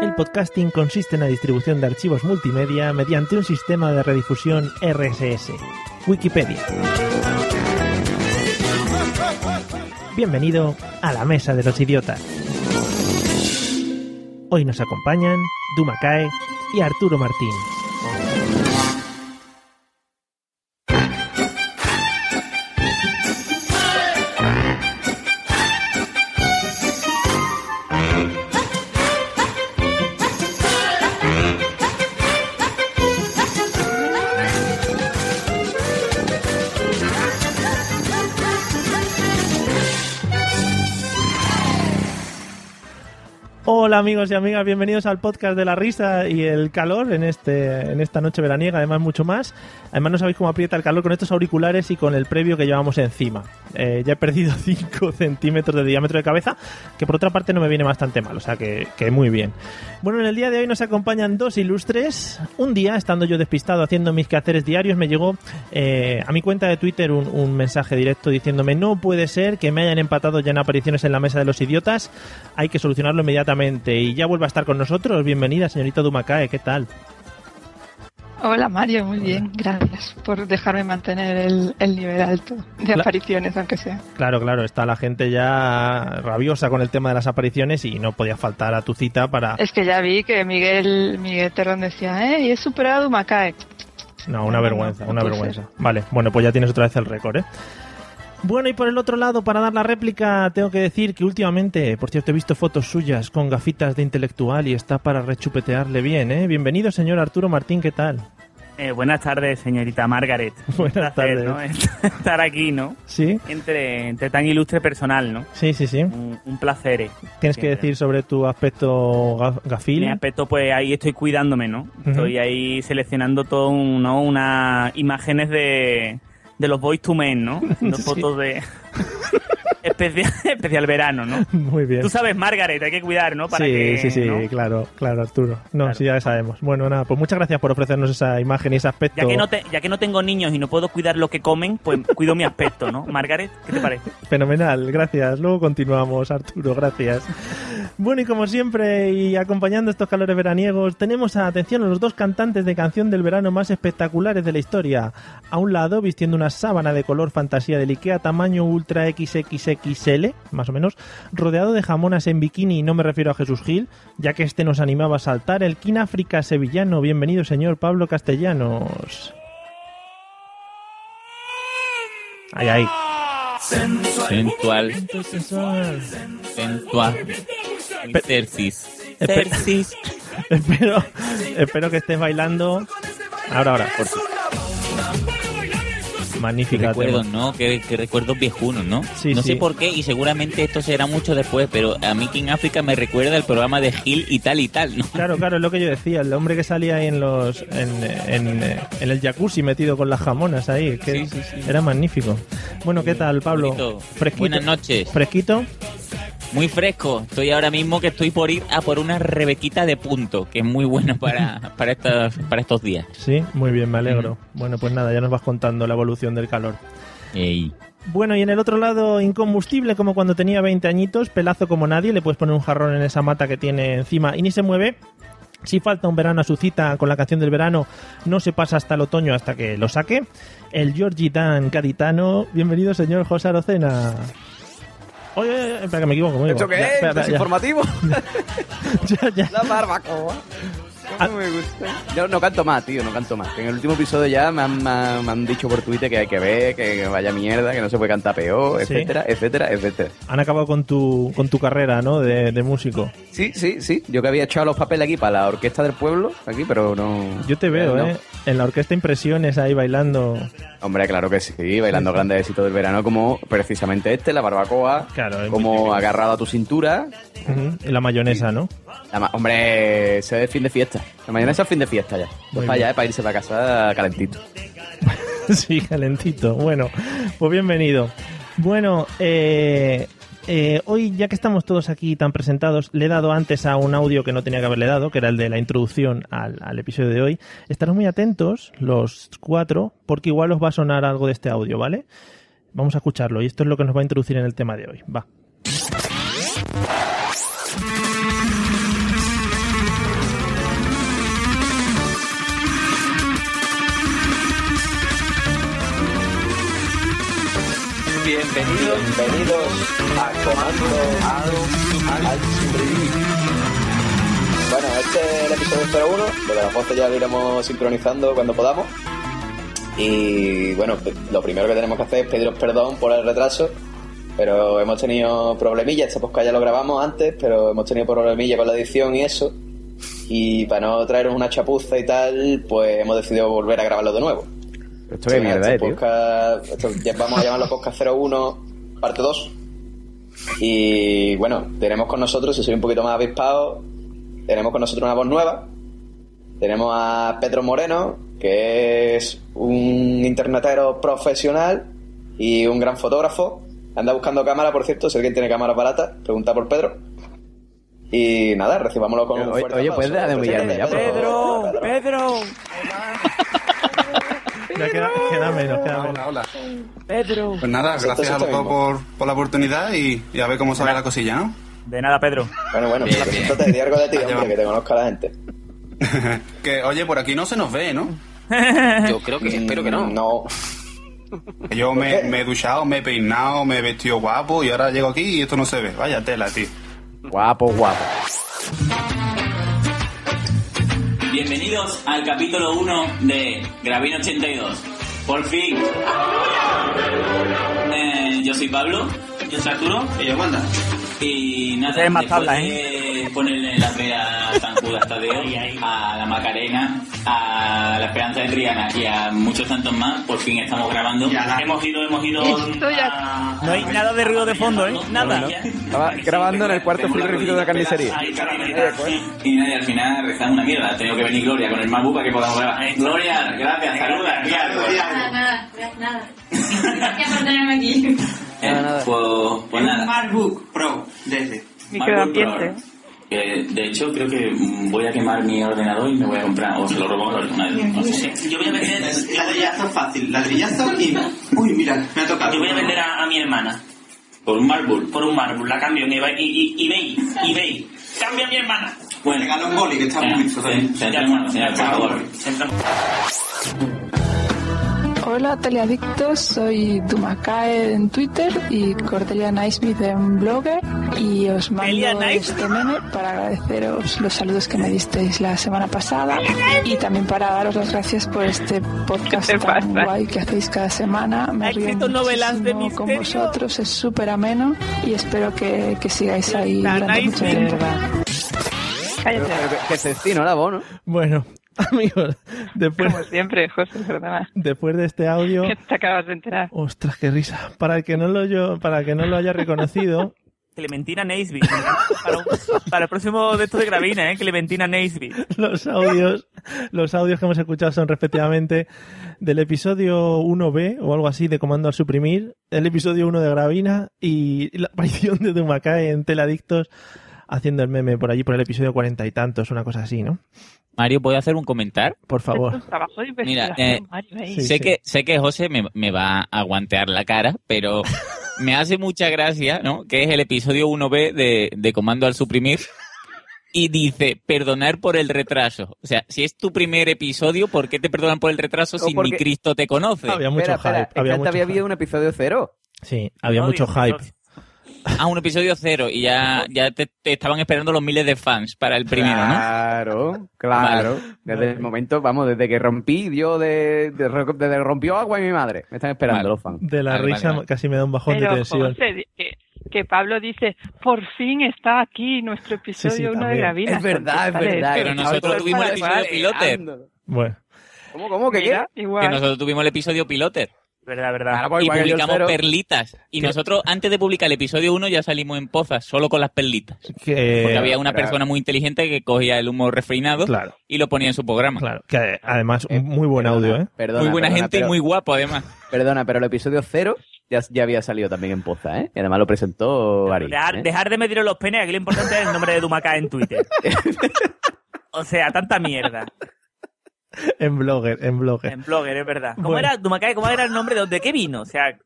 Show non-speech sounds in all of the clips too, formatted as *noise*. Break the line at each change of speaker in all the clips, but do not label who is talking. El podcasting consiste en la distribución de archivos multimedia mediante un sistema de redifusión RSS, Wikipedia. Bienvenido a la Mesa de los Idiotas. Hoy nos acompañan Duma Cae y Arturo Martín. Hola amigos y amigas, bienvenidos al podcast de la risa y el calor en este en esta noche veraniega, además mucho más. Además no sabéis cómo aprieta el calor con estos auriculares y con el previo que llevamos encima. Eh, ya he perdido *laughs* 5 centímetros de diámetro de cabeza, que por otra parte no me viene bastante mal, o sea que, que muy bien. Bueno, en el día de hoy nos acompañan dos ilustres. Un día, estando yo despistado haciendo mis quehaceres diarios, me llegó eh, a mi cuenta de Twitter un, un mensaje directo diciéndome no puede ser que me hayan empatado ya en apariciones en la mesa de los idiotas, hay que solucionarlo inmediatamente. Y ya vuelve a estar con nosotros. Bienvenida, señorita Dumacae, ¿qué tal?
Hola Mario, muy bien, gracias por dejarme mantener el, el nivel alto de
Cla-
apariciones, aunque sea.
Claro, claro, está la gente ya rabiosa con el tema de las apariciones y no podía faltar a tu cita para...
Es que ya vi que Miguel, Miguel Terrón decía, eh, y he superado Macae.
No, una
No,
vergüenza,
no, no
una
puede
vergüenza. Vale, bueno, pues ya tienes otra vez el récord, ¿eh? Bueno, y por el otro lado, para dar la réplica, tengo que decir que últimamente, por cierto, he visto fotos suyas con gafitas de intelectual y está para rechupetearle bien, ¿eh? Bienvenido, señor Arturo Martín, ¿qué tal?
Eh, buenas tardes, señorita Margaret.
*laughs* Buenas
Placer,
tardes.
¿no? *laughs* Estar aquí, ¿no?
¿Sí?
Entre, entre tan ilustre personal, ¿no?
Sí, sí, sí.
Un, un placer. eh.
Tienes que
Siempre.
decir sobre tu aspecto gaf- *laughs*
Mi
gafil.
aspecto, pues ahí estoy cuidándome, ¿no?
Ujú.
Estoy ahí seleccionando todo un- ¿no? unas imágenes de, de los Boys to
*laughs*
Men, ¿no? Haciendo
Sí.
fotos de. *laughs* especial, especial verano, ¿no?
Muy bien.
Tú sabes, Margaret, hay que cuidar, ¿no? Para
sí,
que,
sí, sí,
¿no?
claro, claro, Arturo. No,
Claro.
sí, ya sabemos. Bueno, nada, pues muchas gracias por ofrecernos esa imagen y ese aspecto.
Ya que, no te- ya que no tengo niños y no puedo cuidar lo que comen, pues cuido mi aspecto, ¿no? Margaret, ¿qué te parece?
Fenomenal, gracias. Luego continuamos, Arturo, gracias. Bueno, y como siempre, y acompañando estos calores veraniegos, tenemos a atención a los dos cantantes de canción del verano más espectaculares de la historia. A un lado, vistiendo una sábana de color fantasía del IKEA tamaño ultra XXXL, más o menos, rodeado de jamonas en bikini, y no me refiero a Jesús Gil, ya que este nos animaba a saltar el Kináfrica sevillano. Bienvenido, señor Pablo Castellanos. Ay, ay.
Sensual, sensual, exercis.
Espe- espero, espero que estés bailando. Ahora, ahora. Magnífica.
Recuerdos,
tema.
¿no? Que, que recuerdos viejunos, ¿no?
Sí,
no
sí.
sé por qué, y seguramente esto será mucho después, pero a mí King África me recuerda el programa de Gil y tal y tal, ¿no?
Claro, claro, es lo que yo decía. El hombre que salía ahí en los, en, en- en el jacuzzi metido con las jamonas ahí. Que
Sí, sí, sí.
Era magnífico. Bueno, ¿qué tal, Pablo?
Bonito.
Fresquito.
Buenas noches.
Fresquito.
Muy fresco. Estoy ahora mismo que estoy por ir a por una rebequita de punto, que es muy bueno para, para, estas- para estos días.
Sí, muy bien, me alegro. Bueno, pues nada, ya nos vas contando la evolución del calor.
Ey.
Bueno, y en el otro lado, incombustible como cuando tenía 20 añitos, pelazo como nadie, le puedes poner un jarrón en esa mata que tiene encima y ni se mueve. Si falta un verano a su cita con la canción del verano, no se pasa hasta el otoño hasta que lo saque. El Georgie Dan Caditano, bienvenido señor José Arocena. Oye, oye, oye, espera que me equivoco. me equivoco. *laughs*
¿Esto qué
Ya,
es?
espera, espera, *laughs* ya.
¿Desinformativo?
Ya, ya.
La barbacoa. ¿Cómo me gusta? Yo no canto más, tío, no canto más. Que En el último episodio ya me han, me han- me han dicho por Twitter que hay que ver, que vaya mierda, que no se puede cantar peor,
Sí.
etcétera, etcétera, etcétera.
Han acabado con tu, con tu carrera, ¿no? De, de músico.
Sí, sí, sí. Yo que había echado los papeles aquí para la orquesta del pueblo, aquí, pero no.
Yo te veo,
no.
¿eh? En la orquesta Impresiones ahí bailando.
Hombre, claro que sí, bailando grandes éxitos del verano, como precisamente este, la barbacoa,
Claro, es muy
como
típico.
agarrado a tu cintura.
Ujú, y la mayonesa, ¿no?
La ma- hombre, ese es fin de fiesta. La mañana es el fin de fiesta ya.
Muy
Pues para allá,
bien.
eh, para irse para casa calentito.
*laughs* sí, calentito. Bueno, pues bienvenido. Bueno, eh, eh, hoy ya que estamos todos aquí tan presentados, le he dado antes a un audio que no tenía que haberle dado, que era el de la introducción al, al episodio de hoy. Estaros muy atentos, los cuatro, porque igual os va a sonar algo de este audio, ¿vale? Vamos a escucharlo y esto es lo que nos va a introducir en el tema de hoy. Va.
Bienvenidos, bienvenidos a Comando al Free. Bueno, este es el episodio 01, lo de las voces ya lo iremos sincronizando cuando podamos. Y bueno, lo primero que tenemos que hacer es pediros perdón por el retraso, pero hemos tenido problemillas, este podcast ya lo grabamos antes, pero hemos tenido problemillas con la edición y eso. Y para no traeros una chapuza y tal, pues hemos decidido volver a grabarlo de nuevo.
Pero esto qué mierda,
Este
eh, tío.
podcast- esto ya vamos a llamarlo podcast 01, parte 2. Y bueno, tenemos con nosotros, si soy un poquito más avispado, tenemos con nosotros una voz nueva. Tenemos a Pedro Moreno, que es un internetero profesional y un gran fotógrafo. Anda buscando cámara, por cierto, si alguien tiene cámara barata, pregunta por Pedro. Y nada, recibámoslo con un
Eh, Oye,
fuerte
oye,
aplauso.
puedes dejar Ah, de humillarme ya, por
Pedro,
favor.
Pedro,
Ya queda, queda menos, queda menos.
Hola, hola.
Pedro.
Pues nada,
Eso-
gracias
eso
a
está
los dos
bien.
por, por la oportunidad y, y a ver cómo sale la cosilla, ¿no?
De nada, Pedro.
Bueno, bueno, pues,
Bien,
preséntate, di algo
*laughs*
de ti, hombre,
vamos.
que te conozca la gente.
*laughs* Que, oye, por aquí no se nos ve, ¿no?
Yo creo que, espero que no.
No,
Que Yo me,
qué?
me he duchado, me he peinado, me he vestido guapo y ahora llego aquí y esto no se ve. Vaya tela, tío.
Guapo, guapo.
Bienvenidos al capítulo 1 de Gravino 82. Por fin. Eh, yo soy Pablo. Yo soy Arturo. Y yo Wanda. Y nada,
Ustedes más
después
tablas, ¿eh?
de ponerle la fe a San Judas Tadeo, a la Macarena, a la Esperanza de Triana y a muchos tantos más, por fin estamos grabando. Hemos ido, hemos ido...
Estoy
a-
No hay nada de ruido de fondo, ¿eh? Nada.
Estaba grabando en el cuarto frigorífico de la carnicería. pues.
Ay, caramelitas. Y nadie al final rezamos una mierda. Ha tenido que venir Gloria con el MacBook para que podamos grabar. Eh, Gloria, gracias, saluda. Gloria.
Nada, nada, gracias,
*laughs*
nada. Gracias por tenerme aquí.
Eh, pues, pues nada. MacBook Pro, desde.
Microambiente.
Eh, de hecho, creo que mm, voy a quemar mi ordenador y me voy a comprar, o se lo robo a Gloria, una de dos, no sé. Yo voy a vender ladrillazo fácil, ladrillazo y... Uy, mira, me ha tocado. Yo voy a vender a, a mi hermana. Por un mármol. Por un mármol, la cambio en eBay, y- y- eBay, eBay. Cambia a mi hermana. Bueno, regalo un boli que está muy listo también.
Hola teleadictos, soy Dumacae en Twitter y Cordelia Naismith en Blogger y os
Cordelia
mando
Naismith.
este meme para agradeceros los saludos que me disteis la semana pasada y también para daros las gracias por este podcast
¿Qué te
tan
pasa?
guay que hacéis cada semana.
Ha
Me río
escrito novelas de
muchísimo con
misterio.
vosotros, es súper ameno y espero que, que sigáis ahí
La
durante mucho
Naismith.
tiempo.
Pero- pero que- Que cestino era vos, ¿no?
Bueno, *laughs* amigos, después,
Como siempre, José, perdona,
después de este audio...
te acabas de enterar.
Ostras, qué risa. Para el que no lo, yo, para el que no lo haya reconocido,
Clementina Naisby. Para, un- para el próximo de estos de Gravina, ¿eh? Clementina Naisby.
*laughs* los audios, los audios que hemos escuchado son respectivamente del episodio 1B o algo así de Comando al Suprimir, el episodio 1 de Gravina y la aparición de Dumacae en Teladictos haciendo el meme por allí por el episodio cuarenta y tantos, una cosa así, ¿no?
Mario, ¿puedo hacer un comentario?
Por
*laughs*
favor.
trabajo de
Mira, eh,
Sí,
sé,
sí.
Que, sé que José me, me va a aguantear la cara,
*laughs*
pero me hace mucha gracia, ¿no? Que es el episodio 1B de, de Comando al Suprimir. Y dice, perdonar por el retraso. O sea, si es tu primer episodio, ¿por qué te perdonan por el retraso
O
si
porque- Ah,
ni Cristo te conoce?
Había mucho
espera, espera,
hype.
es que
Había
antes
mucho
había
hype.
habido un episodio cero.
Sí, había
Odio
mucho
esos
hype.
episodios.
a Ah, un episodio cero y ya, ya te, te estaban esperando los miles de fans para el primero, ¿no?
Ah,
Claro, claro.
Vale.
Desde el momento, vamos, desde que rompí, yo de, de- desde que rompió agua y mi madre. Me están esperando los fans.
De la risa casi me da un bajón
Pero
de tensión.
José, que, que Pablo dice, por fin está aquí nuestro episodio
Sí, sí,
uno de
también.
Gravina.
Es verdad, es verdad.
Pero nosotros tuvimos el episodio pilote.
Bueno.
¿Cómo, cómo? ¿Qué qué?
Que nosotros tuvimos el episodio piloter.
Verdad, verdad. igual
y
que yo
publicamos
cero.
perlitas. Y
¿Qué?
nosotros, antes de publicar el episodio 1, ya salimos en pozas, solo con las perlitas.
Que,
Porque había una persona muy inteligente que cogía el humor refinado
eh, Claro.
y lo ponía en su programa.
que eh, además, un muy buen audio, ¿eh?
Perdona,
muy buena
perdona,
gente
pero-
y muy guapo, además.
Perdona, pero el episodio cero ya, ya había salido también en Poza, ¿eh? Y además lo presentó Ari.
Dejar,
¿eh?
dejar de mediros los penes, aquí lo importante es el nombre de Dumacá en
*laughs*
Twitter. o sea, tanta mierda.
En blogger, en
Eh.
blogger.
En blogger, es verdad. ¿Cómo
Bueno.
era Dumacá? ¿Cómo era el nombre? ¿De dónde qué vino? O sea,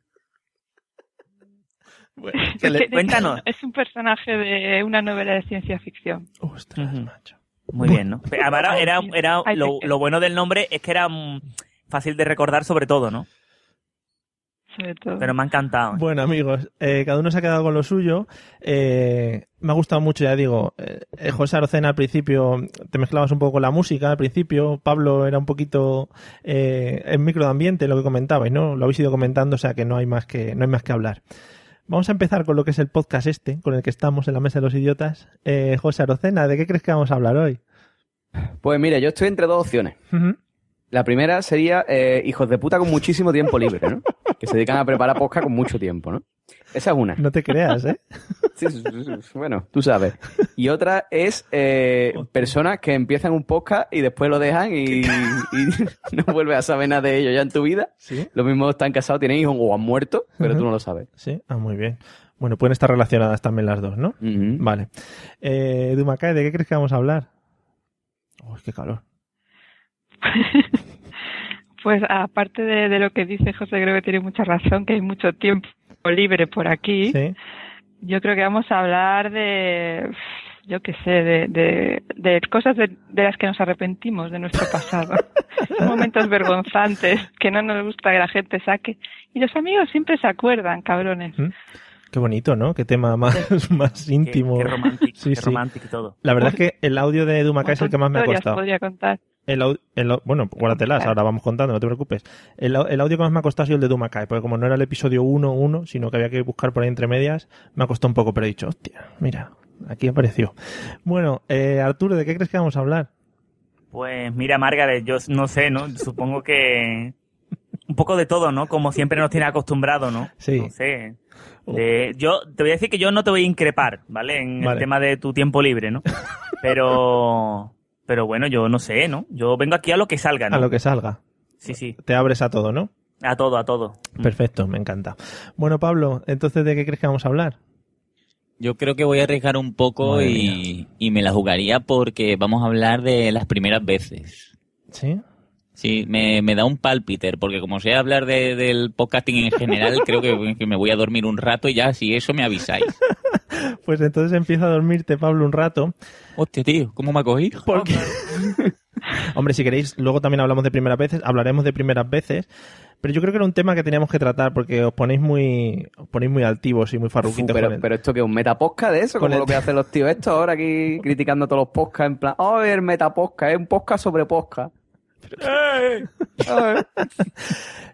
que le-
Que de hecho
Cuéntanos.
Es un personaje de una novela de ciencia ficción.
muy bien, ¿no? Pero Además, era, era-
Ay,
lo, lo bueno del nombre es que era mm, fácil de recordar sobre todo, ¿no?
Sobre todo.
Pero me ha encantado.
Bueno, amigos, eh, cada uno se ha quedado con lo suyo. Eh, me ha gustado mucho, ya digo. eh, eh, José Arocena al principio te mezclabas un poco con la música, al principio. Pablo era un poquito eh, en micro de ambiente lo que comentabais, ¿no? Lo habéis ido comentando, o sea que no hay más que, no hay más que hablar. Vamos a empezar con lo que es el podcast este, con el que estamos en la mesa de los idiotas. Eh, José Arocena, ¿de qué crees que vamos a hablar hoy?
Pues mira, yo estoy entre dos opciones.
Ujú.
La primera sería eh, hijos de puta con muchísimo tiempo libre, ¿no? Que se dedican a preparar posca con mucho tiempo, ¿no? Esa es una.
No te creas, ¿eh?
Sí, sí, sí, sí, bueno, tú sabes. Y otra es eh, personas que empiezan un podcast y después lo dejan y, y *laughs* no vuelves a saber nada de ellos ya en tu vida.
*laughs* Sí.
Los mismos están casados, tienen hijos o han muerto, pero tú no lo sabes.
Sí, ah, muy bien. Bueno, pueden estar relacionadas también las dos, ¿no? Vale. Eh, Dumacae, ¿de qué crees que vamos a hablar? Uy, qué calor.
Pues aparte de, de lo que dice José, creo que tiene mucha razón, que hay mucho tiempo libre por aquí.
Sí.
Yo creo que vamos a hablar de, yo qué sé, de, de, de cosas de, de las que nos arrepentimos de nuestro
*laughs*
pasado. Momentos vergonzantes que no nos gusta que la gente saque. Y los amigos siempre se acuerdan, cabrones.
Qué bonito, ¿no? Qué tema más, *laughs* más íntimo.
Qué romántico,
Sí,
qué
sí.
romántico y todo.
La verdad es que el audio de Dumacae es el que más me ha
Historias
pues.
costado.
podría contar.
El au- el au- bueno, guárdatelas, ahora vamos contando, no te preocupes. El, au- el audio que más me ha costado ha sido el de Dumacae, porque como no era el episodio 1-1, sino que había que buscar por ahí entre medias, me ha costado un poco, pero he dicho, hostia, mira, aquí apareció. Bueno, eh, Arturo, ¿de qué crees que vamos a hablar?
Pues mira, Margaret, yo no sé, ¿no? Supongo que un poco de todo, ¿no? Como siempre nos tiene acostumbrado, ¿no?
Sí. Oh.
No sé. De- yo te voy a decir que yo no te voy a increpar, ¿vale? En
Vale.
el tema de tu tiempo
*laughs*
libre, ¿no? Pero, pero bueno, yo no sé, ¿no? Yo vengo aquí a lo que salga, ¿no?
A lo que salga.
Sí, sí.
Te abres a todo, ¿no?
A todo,
*laughs*
a todo.
Mm. Perfecto, me encanta. Bueno, Pablo, entonces, ¿de qué crees que vamos a hablar?
Yo creo que voy a arriesgar un poco
Madre
y, y me la jugaría porque vamos a hablar de las primeras veces.
¿Sí?
Sí, me, me da un palpiter, porque como sé hablar de- del podcasting en general, creo que, que me voy a dormir un rato y ya, si eso me avisáis.
Pues entonces empieza a dormirte, Pablo, un rato.
Hostia, tío, ¿cómo me ha cogido?
Porque... *laughs* Hombre, si queréis, luego también hablamos de primeras veces, hablaremos de primeras veces. Pero yo creo que era un tema que teníamos que tratar porque os ponéis muy, os ponéis muy altivos y muy
Fu,
farruquitos con
pero,
el-
pero esto que es un metaposca de eso,
Con
como
el-
lo que hacen los tíos estos ahora *laughs* aquí criticando a todos los podcasts en plan, oh, el metaposca, es un podcast sobre podcast.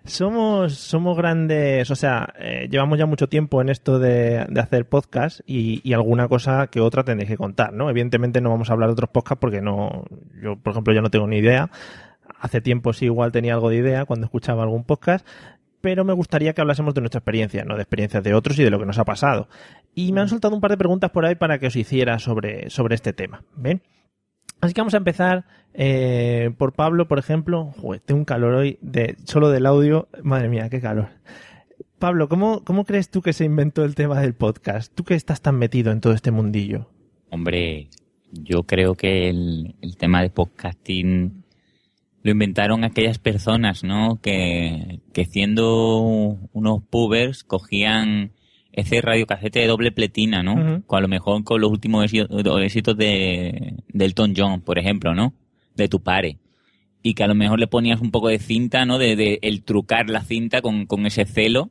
Somos, somos grandes, o sea, eh, llevamos ya mucho tiempo en esto de, de hacer podcast y, y alguna cosa que otra tendréis que contar, ¿no? Evidentemente no vamos a hablar de otros podcasts porque no, yo por ejemplo ya no tengo ni idea. Hace tiempo sí igual tenía algo de idea cuando escuchaba algún podcast, pero me gustaría que hablásemos de nuestra experiencia, ¿no? De experiencias de otros y de lo que nos ha pasado. Y me han soltado un par de preguntas por ahí para que os hiciera sobre, sobre este tema, ¿ven? Así que vamos a empezar eh, por Pablo, por ejemplo. Joder, tengo un calor hoy de solo del audio. Madre mía, qué calor. Pablo, ¿cómo, ¿cómo crees tú que se inventó el tema del podcast? Tú que estás tan metido en todo este mundillo.
Hombre, yo creo que el, el tema de podcasting lo inventaron aquellas personas, ¿no? Que, que siendo unos pubers cogían ese radiocacete de doble pletina, ¿no?
Ujú.
Con- a lo mejor con los últimos éxito- éxitos de, de Elton John, por ejemplo, ¿no? De tu pare. Y que a lo mejor le ponías un poco de cinta, ¿no? De, de el trucar la cinta con, con ese celo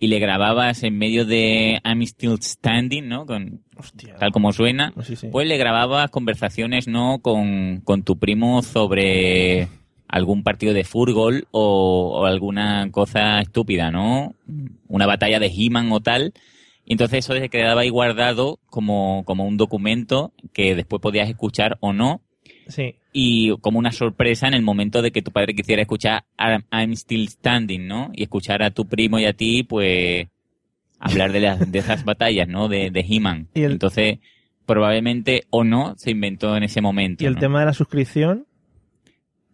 y le grababas en medio de I'm Still Standing, ¿no? Con, tal como suena. Pues le grababas conversaciones, ¿no? Con, con tu primo sobre algún partido de fútbol o, o alguna cosa estúpida, ¿no? Una batalla de He-Man o tal. Y entonces eso se quedaba ahí guardado como, como un documento que después podías escuchar o no.
Sí.
Y como una sorpresa en el momento de que tu padre quisiera escuchar I'm, I'm Still Standing, ¿no? Y escuchar a tu primo y a ti, pues, hablar de, las, de esas batallas, ¿no? De, de He-Man.
Y el-
Entonces, probablemente o no se inventó en ese momento.
Y el
¿no?
tema de la suscripción,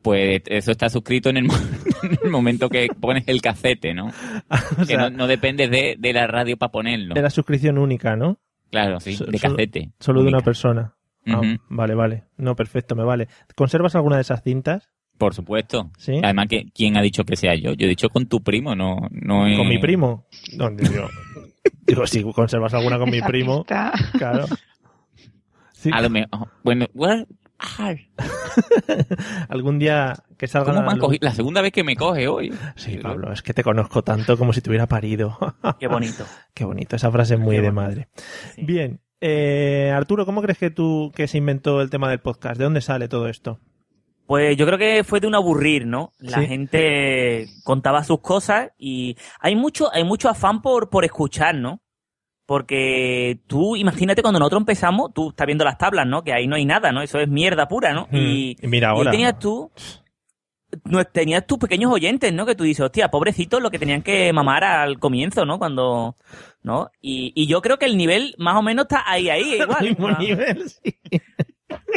Pues eso está suscrito en el, mo- *laughs* en el momento que pones el
*laughs*
cacete, ¿no? que
sea-
no, no depende de, de la radio para ponerlo.
era suscripción única, ¿no?
Claro, sí,
So-
de
solo-
cacete.
Solo de una persona. Ah,
Ujú.
Vale, vale. No, perfecto, me vale. ¿Conservas alguna de esas cintas?
Por supuesto.
Sí.
Además, que ¿quién ha dicho que sea yo? Yo he dicho con tu primo, no, no he-
¿Con mi primo? Donde yo. Digo, si conservas alguna
*laughs*
con mi
Esa
primo.
pista.
Claro.
A lo mejor. Bueno, what? Ah,
Algún día que salga
¿cómo
la
me han
luz.
cogido? La segunda vez que me coge hoy.
Sí, Pablo, es que te conozco tanto como si te hubiera parido. *laughs*
Qué bonito.
Qué bonito, esa frase es muy
Qué
de
bonito.
madre. Bien, eh, Arturo, ¿cómo crees que tú que se inventó el tema del podcast? ¿De dónde sale todo esto?
Pues yo creo que fue de un aburrir, ¿no? La
Sí.
gente contaba sus cosas y hay mucho, hay mucho afán por, por escuchar, ¿no? Porque tú, imagínate, cuando nosotros empezamos, tú estás viendo las tablas, ¿no? Que ahí no hay nada, ¿no? Eso es mierda pura, ¿no? Y,
Mm, mira
y ahí
ahora. *laughs*
tenías tú, no, tenías tus pequeños oyentes, ¿no? Que tú dices, hostia, pobrecitos lo que tenían que mamar al comienzo, ¿no? Cuando, ¿no? Y, y yo creo que el nivel más o menos está ahí,
*laughs*
ahí, igual.
mismo
¿no?
nivel, sí.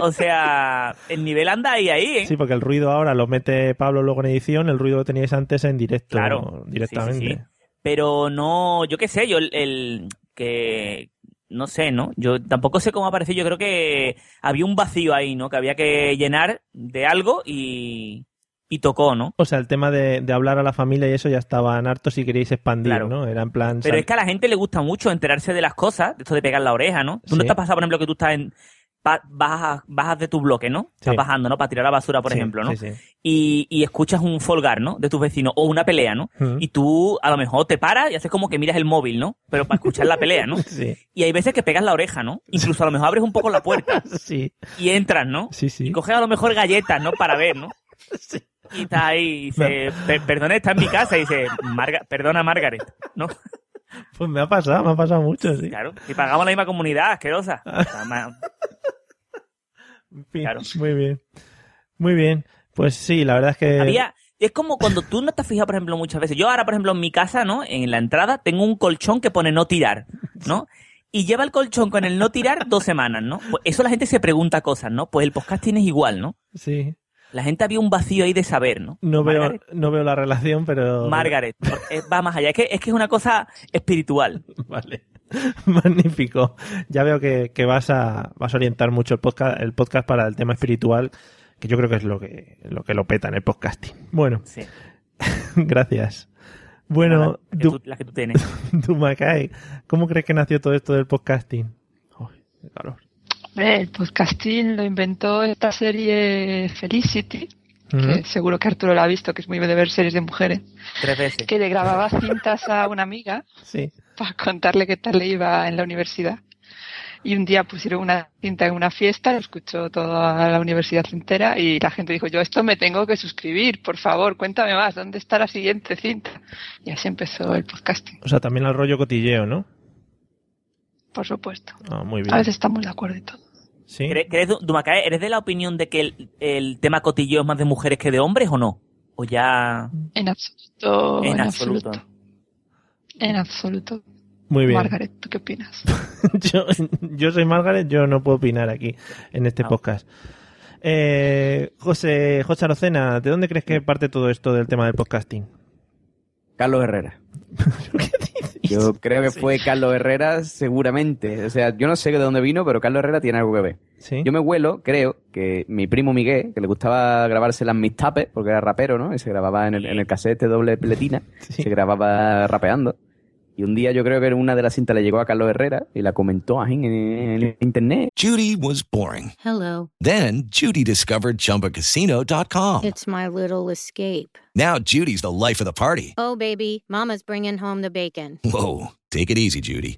O sea, el nivel anda ahí, ahí, ¿eh?
Sí, porque el ruido ahora lo mete Pablo luego en edición, el ruido lo teníais antes en directo.
Claro.
Directamente.
Sí, sí, sí. Pero no, yo qué sé, yo el, el- que no sé, ¿no? Yo tampoco sé cómo apareció, yo creo que había un vacío ahí, ¿no? Que había que llenar de algo y, y tocó, ¿no?
O sea, el tema de, de hablar a la familia y eso ya estaban hartos y queríais expandir,
Claro.
¿no? Era en plan.
Pero
sal-
es que a la gente le gusta mucho enterarse de las cosas, de esto de pegar la oreja, ¿no? Tú no
Sí.
te has pasado, por ejemplo, que tú estás en pa- bajas, bajas de tu bloque, ¿no? Estás
Sí.
bajando, ¿no? Para tirar la basura, por
Sí,
ejemplo, ¿no?
sí, sí.
Y, y escuchas un folgar, ¿no? De tus vecinos o una pelea, ¿no?
Ujú.
*laughs* Y tú a lo mejor te paras y haces como que miras el móvil, ¿no? Pero para escuchar la pelea,
*laughs*
¿no?
Sí,
Y hay veces que pegas la oreja, ¿no? Incluso a lo mejor abres un poco la puerta
sí,
y entras, ¿no?
sí. sí.
Y coges a lo mejor galletas, ¿no? Para
*laughs*
ver, ¿no? Y está ahí y dice, "Per- perdone, está en mi casa. Y dice, "Marga- perdona, Margaret, ¿no?
Pues me ha pasado, me ha pasado mucho, sí.
Claro. Y pagamos la misma
*laughs*
comunidad, asquerosa. O sea, ma-
En fin,
claro.
Muy bien. Muy bien. Pues sí, la verdad es que.
Había... Es como cuando tú no te has fijado, por ejemplo, muchas veces. Yo ahora, por ejemplo, en mi casa, ¿no? En la entrada tengo un colchón que pone no tirar, ¿no? Y lleva el colchón con el no tirar dos semanas, ¿no? Pues eso la gente se pregunta cosas, ¿no? Pues el podcasting es igual, ¿no?
Sí.
La gente había un vacío ahí de saber, ¿no?
No veo,
Margaret.
no veo la relación, pero.
*laughs* Margaret, eh, va más allá. Es que, es que es una cosa espiritual.
*laughs* Vale. Magnífico. Ya veo que, que vas a vas a orientar mucho el podcast, el podcast para el tema espiritual, que yo creo que es lo que lo que lo peta en el podcasting. Bueno, *laughs*
Sí.
gracias. Bueno,
Nada, que
Du-
tú- la que tú tienes.
*laughs* Dumacay, ¿cómo crees que nació todo esto del podcasting? Uy, qué calor.
El podcasting lo inventó esta serie Felicity, que
Ujú.
seguro que Arturo la ha visto, que es muy de ver series de mujeres,
Tres veces.
que le grababa cintas a una amiga
Sí.
para contarle qué tal le iba en la universidad. Y un día pusieron una cinta en una fiesta, lo escuchó toda la universidad entera y la gente dijo, yo a esto me tengo que suscribir, por favor, cuéntame más, ¿dónde está la siguiente cinta? Y así empezó el podcasting,
O sea, también al rollo cotilleo, ¿no?
por supuesto.
Ah, muy bien.
A veces estamos de acuerdo y todo.
Sí.
¿Cre- crees, Dumacae, ¿Eres de la opinión de que el, el tema cotilleo es más de mujeres que de hombres o no? ¿O ya
En absoluto.
en absoluto?
En absoluto.
Muy bien.
Margaret, ¿tú qué opinas?
*laughs* yo, yo soy Margaret, yo no puedo opinar aquí en este
Ah.
podcast. Eh, José, José Arocena, ¿de dónde crees que parte todo esto del tema del podcasting?
*laughs* Carlos *laughs* Herrera. Yo creo que fue Carlos Herrera seguramente. O sea, yo no sé de dónde vino, pero Carlos Herrera tiene algo que ver.
Sí.
Yo me huelo, creo, que mi primo Miguel, que le gustaba grabarse las mixtapes, *laughs* porque era rapero, ¿no? Y se grababa en el, en el cassette doble pletina, se grababa rapeando. Y un día yo creo que en una de las cintas le llegó a Carlos Herrera y la comentó ahí en, en en internet.
Judy was boring.
Hello.
Then Judy discovered ChumbaCasino.com.
It's my little escape.
Now Judy's the life of the party.
Oh, baby, Mama's bringing home the bacon.
Whoa, take it easy, Judy.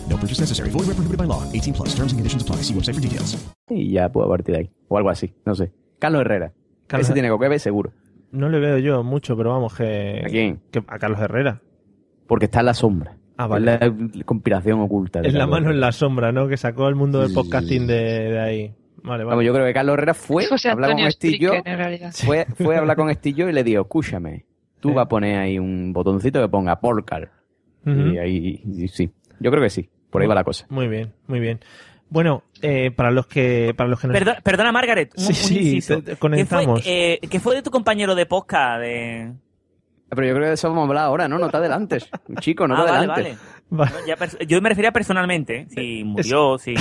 No purchase necessary. Void where prohibited by law. 18 plus. Terms and conditions apply. See website for details.
Y ya, pues a partir de ahí. O algo así, no sé. Carlos Herrera.
Carlos-
Ese tiene que ver seguro.
No le veo yo mucho, pero vamos, que.
¿A quién?
que- a Carlos Herrera.
Porque está en la sombra.
Ah, vale.
Es la conspiración oculta. de
Es la
Carlos
mano
Herrera.
en la sombra, ¿no? Que sacó el mundo del podcasting de, de ahí. Vale,
Vamos,
vale.
yo creo que Carlos Herrera fue
José
a hablar con
Antonio
Estillo.
Stricker, en realidad.
Fue, fue a hablar *laughs* con Estillo y le dijo, escúchame, tú vas a poner ahí un botoncito que ponga Polcar.
Ujú.
Y ahí y sí. Yo creo que sí. Por ahí va la cosa.
Muy bien, muy bien. Bueno, eh, para los que para los que nos-
Perdona, perdona, Margaret. un-
Sí,
un
sí,
inciso.
te- te conectamos.
¿Qué fue, eh, qué fue de tu compañero de posca? De...
Pero yo creo que de eso vamos a hablar ahora, ¿no? No te adelantes. *laughs* Chico, no
Ah,
te
vale,
adelantes.
vale. No, ya pers- Yo me refería personalmente. ¿eh? Si murió, si.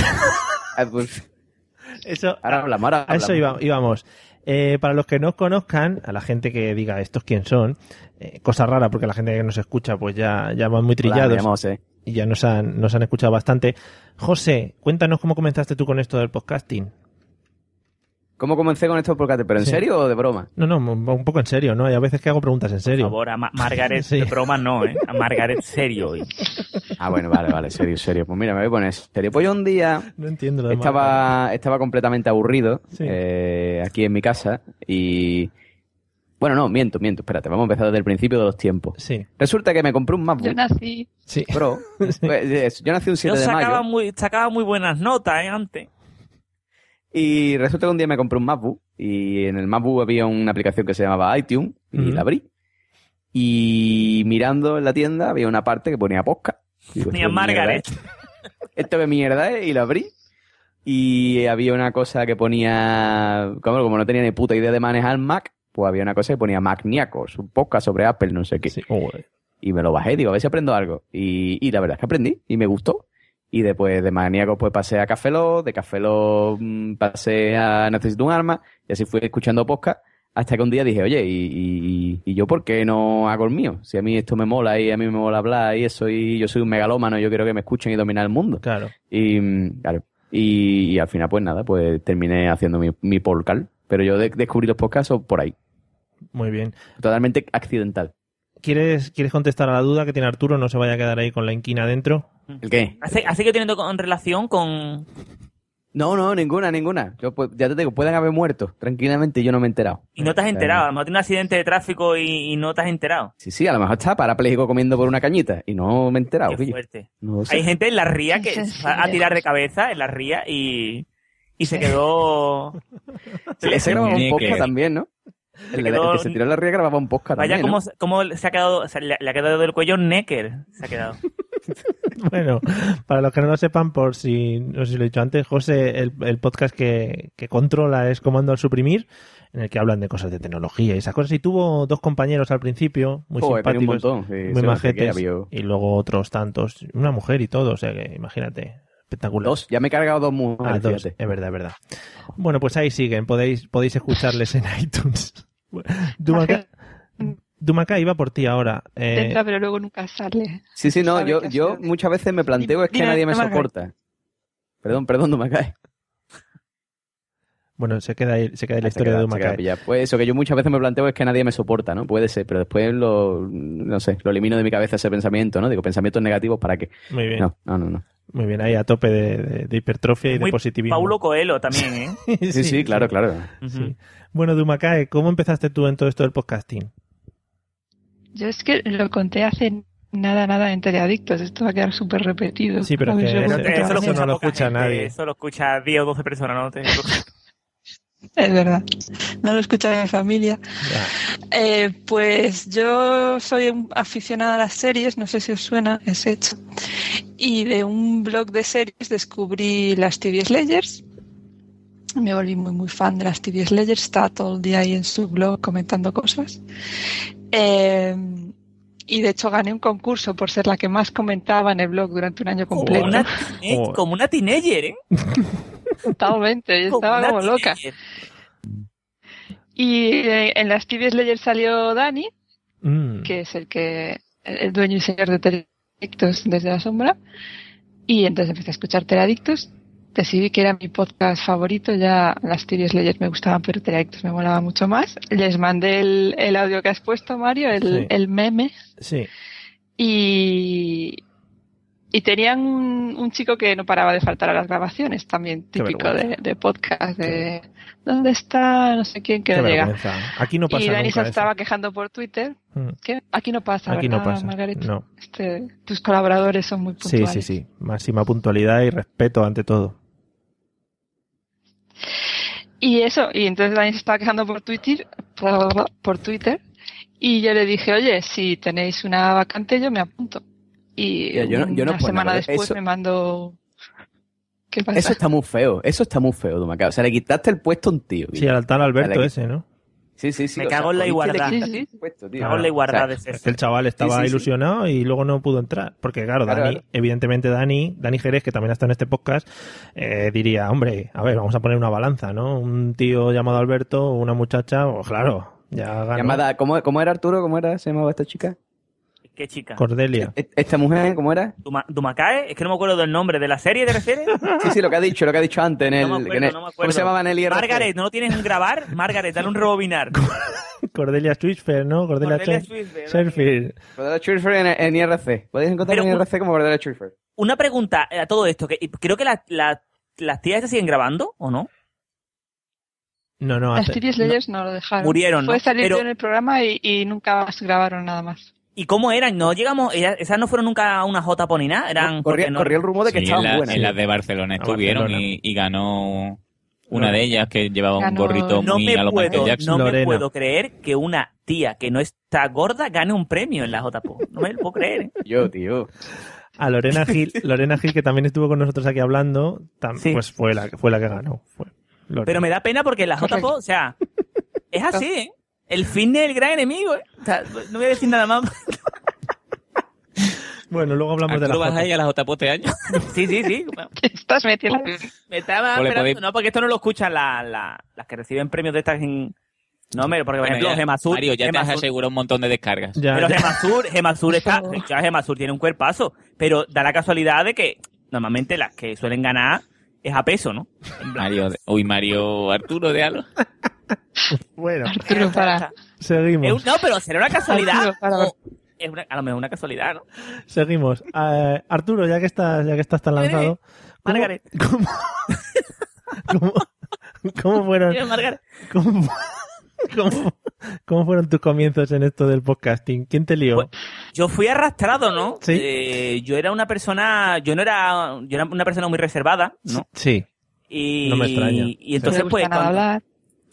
Ah, pues,
eh,
Eso,
ahora hablamos, ahora
a eso
hablamos.
iba- íbamos. Eh, para los que no conozcan, a la gente que diga estos quién son, eh, cosa rara porque la gente que nos escucha pues ya, ya van muy
Hola, me
trillados
llamo José.
y ya nos han, nos han escuchado bastante. José, cuéntanos cómo comenzaste tú con esto del podcasting.
¿Cómo comencé con esto podcast? ¿Pero en
Sí.
serio o de broma?
No, no, un un poco en serio, ¿no? Hay a veces que hago preguntas en
Por
serio.
favor, a Ma- Margaret
Sí.
de broma no, ¿eh? A Margaret serio. ¿eh?
Ah, bueno, vale, vale, serio, serio. Pues mira, me voy a poner serio. Pues yo un *laughs* día
No entiendo lo de
estaba, estaba completamente aburrido
Sí.
eh, aquí en mi casa y... Bueno, no, miento, miento, espérate, vamos a empezar desde el principio de los tiempos.
Sí,
Resulta que me compré un MacBook
Yo nací.
*laughs*
sí.
Pro. Pues, es- yo nací un
Yo
7 de
sacaba
mayo
muy, sacaba muy buenas notas, ¿eh? Antes.
y resulta que un día me compré un MacBook y en el MacBook había una aplicación que se llamaba iTunes y
Ujú.
la abrí. Y mirando en la tienda había una parte que ponía posca. Digo,
Ni a
esto es mierda,
Margaret.
esto de mierda, ¿eh? Y lo abrí. Y había una cosa que ponía. Como, como no tenía ni puta idea de manejar Mac, pues había una cosa que ponía Macniacos, un podcast sobre Apple, no sé qué.
sí. Joder.
Y me lo bajé, digo, a ver si aprendo algo. Y, y la verdad es que aprendí y me gustó. Y después de Maníacos, pues pasé a Cafeló, de Cafeló mm, pasé a Necesito un arma, y así fui escuchando podcast. Hasta que un día dije, oye, ¿y, y, y yo por qué no hago el mío? Si a mí esto me mola y a mí me mola hablar y eso, y yo soy un megalómano, yo quiero que me escuchen y dominar el mundo.
Claro.
Y mm, claro. Y, y al final, pues nada, pues terminé haciendo mi, mi podcast. Pero yo de- descubrí los podcasts por ahí.
Muy bien.
Totalmente accidental.
¿Quieres, ¿Quieres contestar a la duda que tiene Arturo? No se vaya a quedar ahí con la inquina adentro.
¿El qué?
Así, así que teniendo con relación con.
No, no, ninguna, ninguna. Yo, pues, ya te digo, pueden haber muerto tranquilamente y yo no me he enterado.
Y no te has enterado. A lo mejor tiene un accidente de tráfico y, y no te has enterado.
Sí, sí, a lo mejor está parapléjico comiendo por una cañita y no me he
Ah,
enterado.
Qué
pillo.
fuerte.
No
Pues
lo sé.
Hay gente en la ría que se va a tirar de cabeza en la ría y, y se quedó.
Sí, Ese grababa un
Tiene que-
podcast también, ¿no? *laughs* El, de-
quedó-
el que se tiró a la ría grababa un podcast
Vaya,
también,
cómo,
¿no?
se- cómo se ha quedado. se le, le ha quedado del cuello Necker. Se ha quedado.
*laughs* Bueno, para los que no lo sepan, por si no sé si lo he dicho antes, José, el, el podcast que, que controla es Comando al Suprimir, en el que hablan de cosas de tecnología y esas cosas. Y tuvo dos compañeros al principio, muy
Joder, tenía un
simpáticos,
montón, sí,
muy
se me hace que
majetes,
había-
y luego otros tantos, una mujer y todo, o sea que imagínate, espectacular.
Dos, ya me he cargado dos
Ah,
mujeres,
dos,
fíjate.
es verdad, es verdad. Bueno, pues ahí siguen, podéis, podéis escucharles en *laughs* iTunes. Dumacá, Dumacá iba por ti ahora. eh,
Intenta, pero luego nunca sale.
Sí, sí, no,
Sabe
yo,
que ha
yo
sido-
muchas veces me planteo es que
Dime,
nadie me
dime, Margaret.
soporta. Perdón, perdón, no me caes.
bueno, se queda ahí, se queda ahí la
Ah, se
historia
queda-
de
se queda
Dumacá.
pillado. Pues eso, que yo muchas veces me planteo es que nadie me soporta, ¿no? Puede ser, pero después lo, no sé, lo elimino de mi cabeza ese pensamiento, ¿no? Digo, pensamientos negativos, ¿para qué?
Muy bien.
No, no, no. no.
Muy bien, ahí a tope de, de- de hipertrofia y de
Muy
positivismo. *laughs*
Paulo Coelho también, ¿eh?
Sí, sí, claro, claro.
Ujú.
Sí. Bueno, Dumacae, ¿cómo empezaste tú en todo esto del podcasting?
Yo es que lo conté hace
Nada, nada en teleadictos. Esto va a quedar súper repetido.
Sí, pero
A
es
ver,
que
yo
eso,
voy a
eso
trabajar.
no lo escucha
gente,
nadie.
Eso lo escucha 10 o 12 personas, ¿no? Te-
*laughs* Es verdad. No lo escucha mi familia. Eh, pues yo soy un- aficionada a las series, no sé si os suena ese hecho. Y de un blog de series descubrí las TV Slayers. Me volví muy, muy fan de las TV Slayers. Estaba todo el día ahí en su blog comentando cosas. Eh, y de hecho gané un concurso por ser la que más comentaba en el blog durante un año completo.
una Eh, Como una teenager, ¿eh?
Totalmente, yo
Como
estaba
una
como loca. Y eh, en las TV Slayers salió Dani,
Mm.
que es el que el dueño y señor de Teradictos desde la sombra. Y entonces empecé a escuchar Teradictos. Decidí que era mi podcast favorito, ya las Tirios Leyes me gustaban, pero Teradictos me molaba mucho más. Les mandé el, el audio que has puesto, Mario, el,
Sí.
el meme.
Sí.
Y, y tenían un, un chico que no paraba de faltar a las grabaciones, también
Qué
típico de,
vergüenza.
de podcast, de ¿dónde está? No sé quién que
Qué
no llega.
vergüenza. Aquí no pasa
y Dani
nunca
se
eso.
estaba quejando por Twitter.
Mm.
que Aquí no pasa,
Aquí no
¿verdad,
pasa,
Margarita?
no.
Este, tus colaboradores son muy
Sí,
puntuales.
sí, sí. Máxima puntualidad y respeto ante todo.
Y eso, y entonces Dani se estaba quejando por Twitter, por Twitter, y yo le dije, oye, si tenéis una vacante yo me apunto. Y
Ya, yo no- yo no
una
por
semana
nada,
después
eso-
me mandó... ¿Qué pasa?
Eso está muy feo, eso está muy feo, Dumacá. O sea, le quitaste el puesto a un tío.
Sí, al tal Alberto
Dale.
ese, ¿no?
Sí, sí, sí.
Me
o sea,
cago en la
jodiste, le
igualdad.
quitaste
Sí,
el
sí.
puesto, tío.
Me cago en la igualdad de
O sea,
ser.
Es que el chaval estaba
Sí, sí, sí.
ilusionado y luego no pudo entrar. Porque claro,
Claro,
Dani,
claro.
evidentemente Dani, Dani Jerez, que también ha estado en este podcast, eh, diría, hombre, a ver, vamos a poner una balanza, ¿no? Un tío llamado Alberto, o una muchacha, pues claro, ya ganó.
Llamada, Ah, ¿cómo, cómo era Arturo? ¿Cómo era? ¿Se llamaba esta chica?
Qué chica.
Cordelia.
E- ¿Esta mujer? ¿Cómo era?
Duma- Dumacae, es que no me acuerdo del nombre. ¿De la serie te
*laughs*
refieres?
Sí, sí, lo que ha dicho, lo que ha dicho antes en el...
no me
en
acuerdo,
el-
no me acuerdo.
¿Cómo se llamaba en el IRC?
Margaret, ¿no lo tienes en grabar? Margaret, dale un rebobinar.
*laughs* Cordelia Schwitzfer, ¿no? Cordelia,
Cordelia
Chen-
Schwitzfer,
Cherfield.
Cordero Churfer en, en IRC. Podéis encontrar
Pero
en
un-
IRC como Cordero Churfer.
Una pregunta eh, a todo esto, que y creo que la- la- las tías estas siguen grabando, ¿o no?
No, no,
*laughs* Las
hace-
TV Slayers no, lo dejaron.
Murieron,
Fue
¿no?
salir
Pero-
yo en el programa y, y nunca más grabaron nada más. *laughs*
¿Y cómo eran? No llegamos, ellas- esas no fueron nunca a una J ni nada, eran... porque no-
Sí, en la- En las de Barcelona estuvieron Y, y ganó una
Lorena.
de ellas que llevaba un
Ganó-
gorrito
no
muy
me
a los Michael
puedo,
Jackson.
No me puedo creer que una tía que no está gorda gane un premio en la JPO. No me lo puedo creer. ¿eh?
Yo, tío.
A Lorena Gil, Lorena Gil, que también estuvo con nosotros aquí hablando, tam- pues fue la, fue la que ganó. Fue Lorena.
Pero me da pena porque la JPO, o sea, es así, ¿eh? El fin del gran enemigo, ¿eh? O sea, no voy a decir nada más. *laughs*
Bueno, luego hablamos de la
¿Tú vas
Jota.
ahí a la JPO este año?
Sí, sí, sí.
Estás metiendo...
Me estaba
Pues le
esperando,
podéis-
no, porque esto no lo escuchan la- la- las que reciben premios de estas en... No, hombre, porque por
Bueno,
ejemplo,
ya-
Gemasur...
Mario, ya te has
Gemasur-
asegurado un montón de descargas.
pero Gemasur, Gemasur está, ya Gemasur tiene un cuerpazo, pero da la casualidad de que normalmente las que suelen ganar es a peso, ¿no?
Mario, de- uy, Mario, Arturo, de algo.
Bueno,
Arturo, para.
Es
Seguimos.
un- no, pero será una casualidad.
Arturo, para.
O- es una- a lo mejor una casualidad, ¿no?
Seguimos. Eh, Arturo, ya que estás, ya que estás
Eh,
tan lanzado, ¿cómo,
Margaret.
cómo- cómo fueron,
Mira, Margaret.
cómo, fu- cómo- cómo fueron tus comienzos en esto del podcasting? ¿Quién te lió?
Yo fui arrastrado, ¿no? Eh, yo era una persona, yo no era, yo era una persona muy reservada, ¿no?
Sí.
Y,
No me extraña.
Y entonces,
No me
pues.
gusta nada
cuando-
hablar.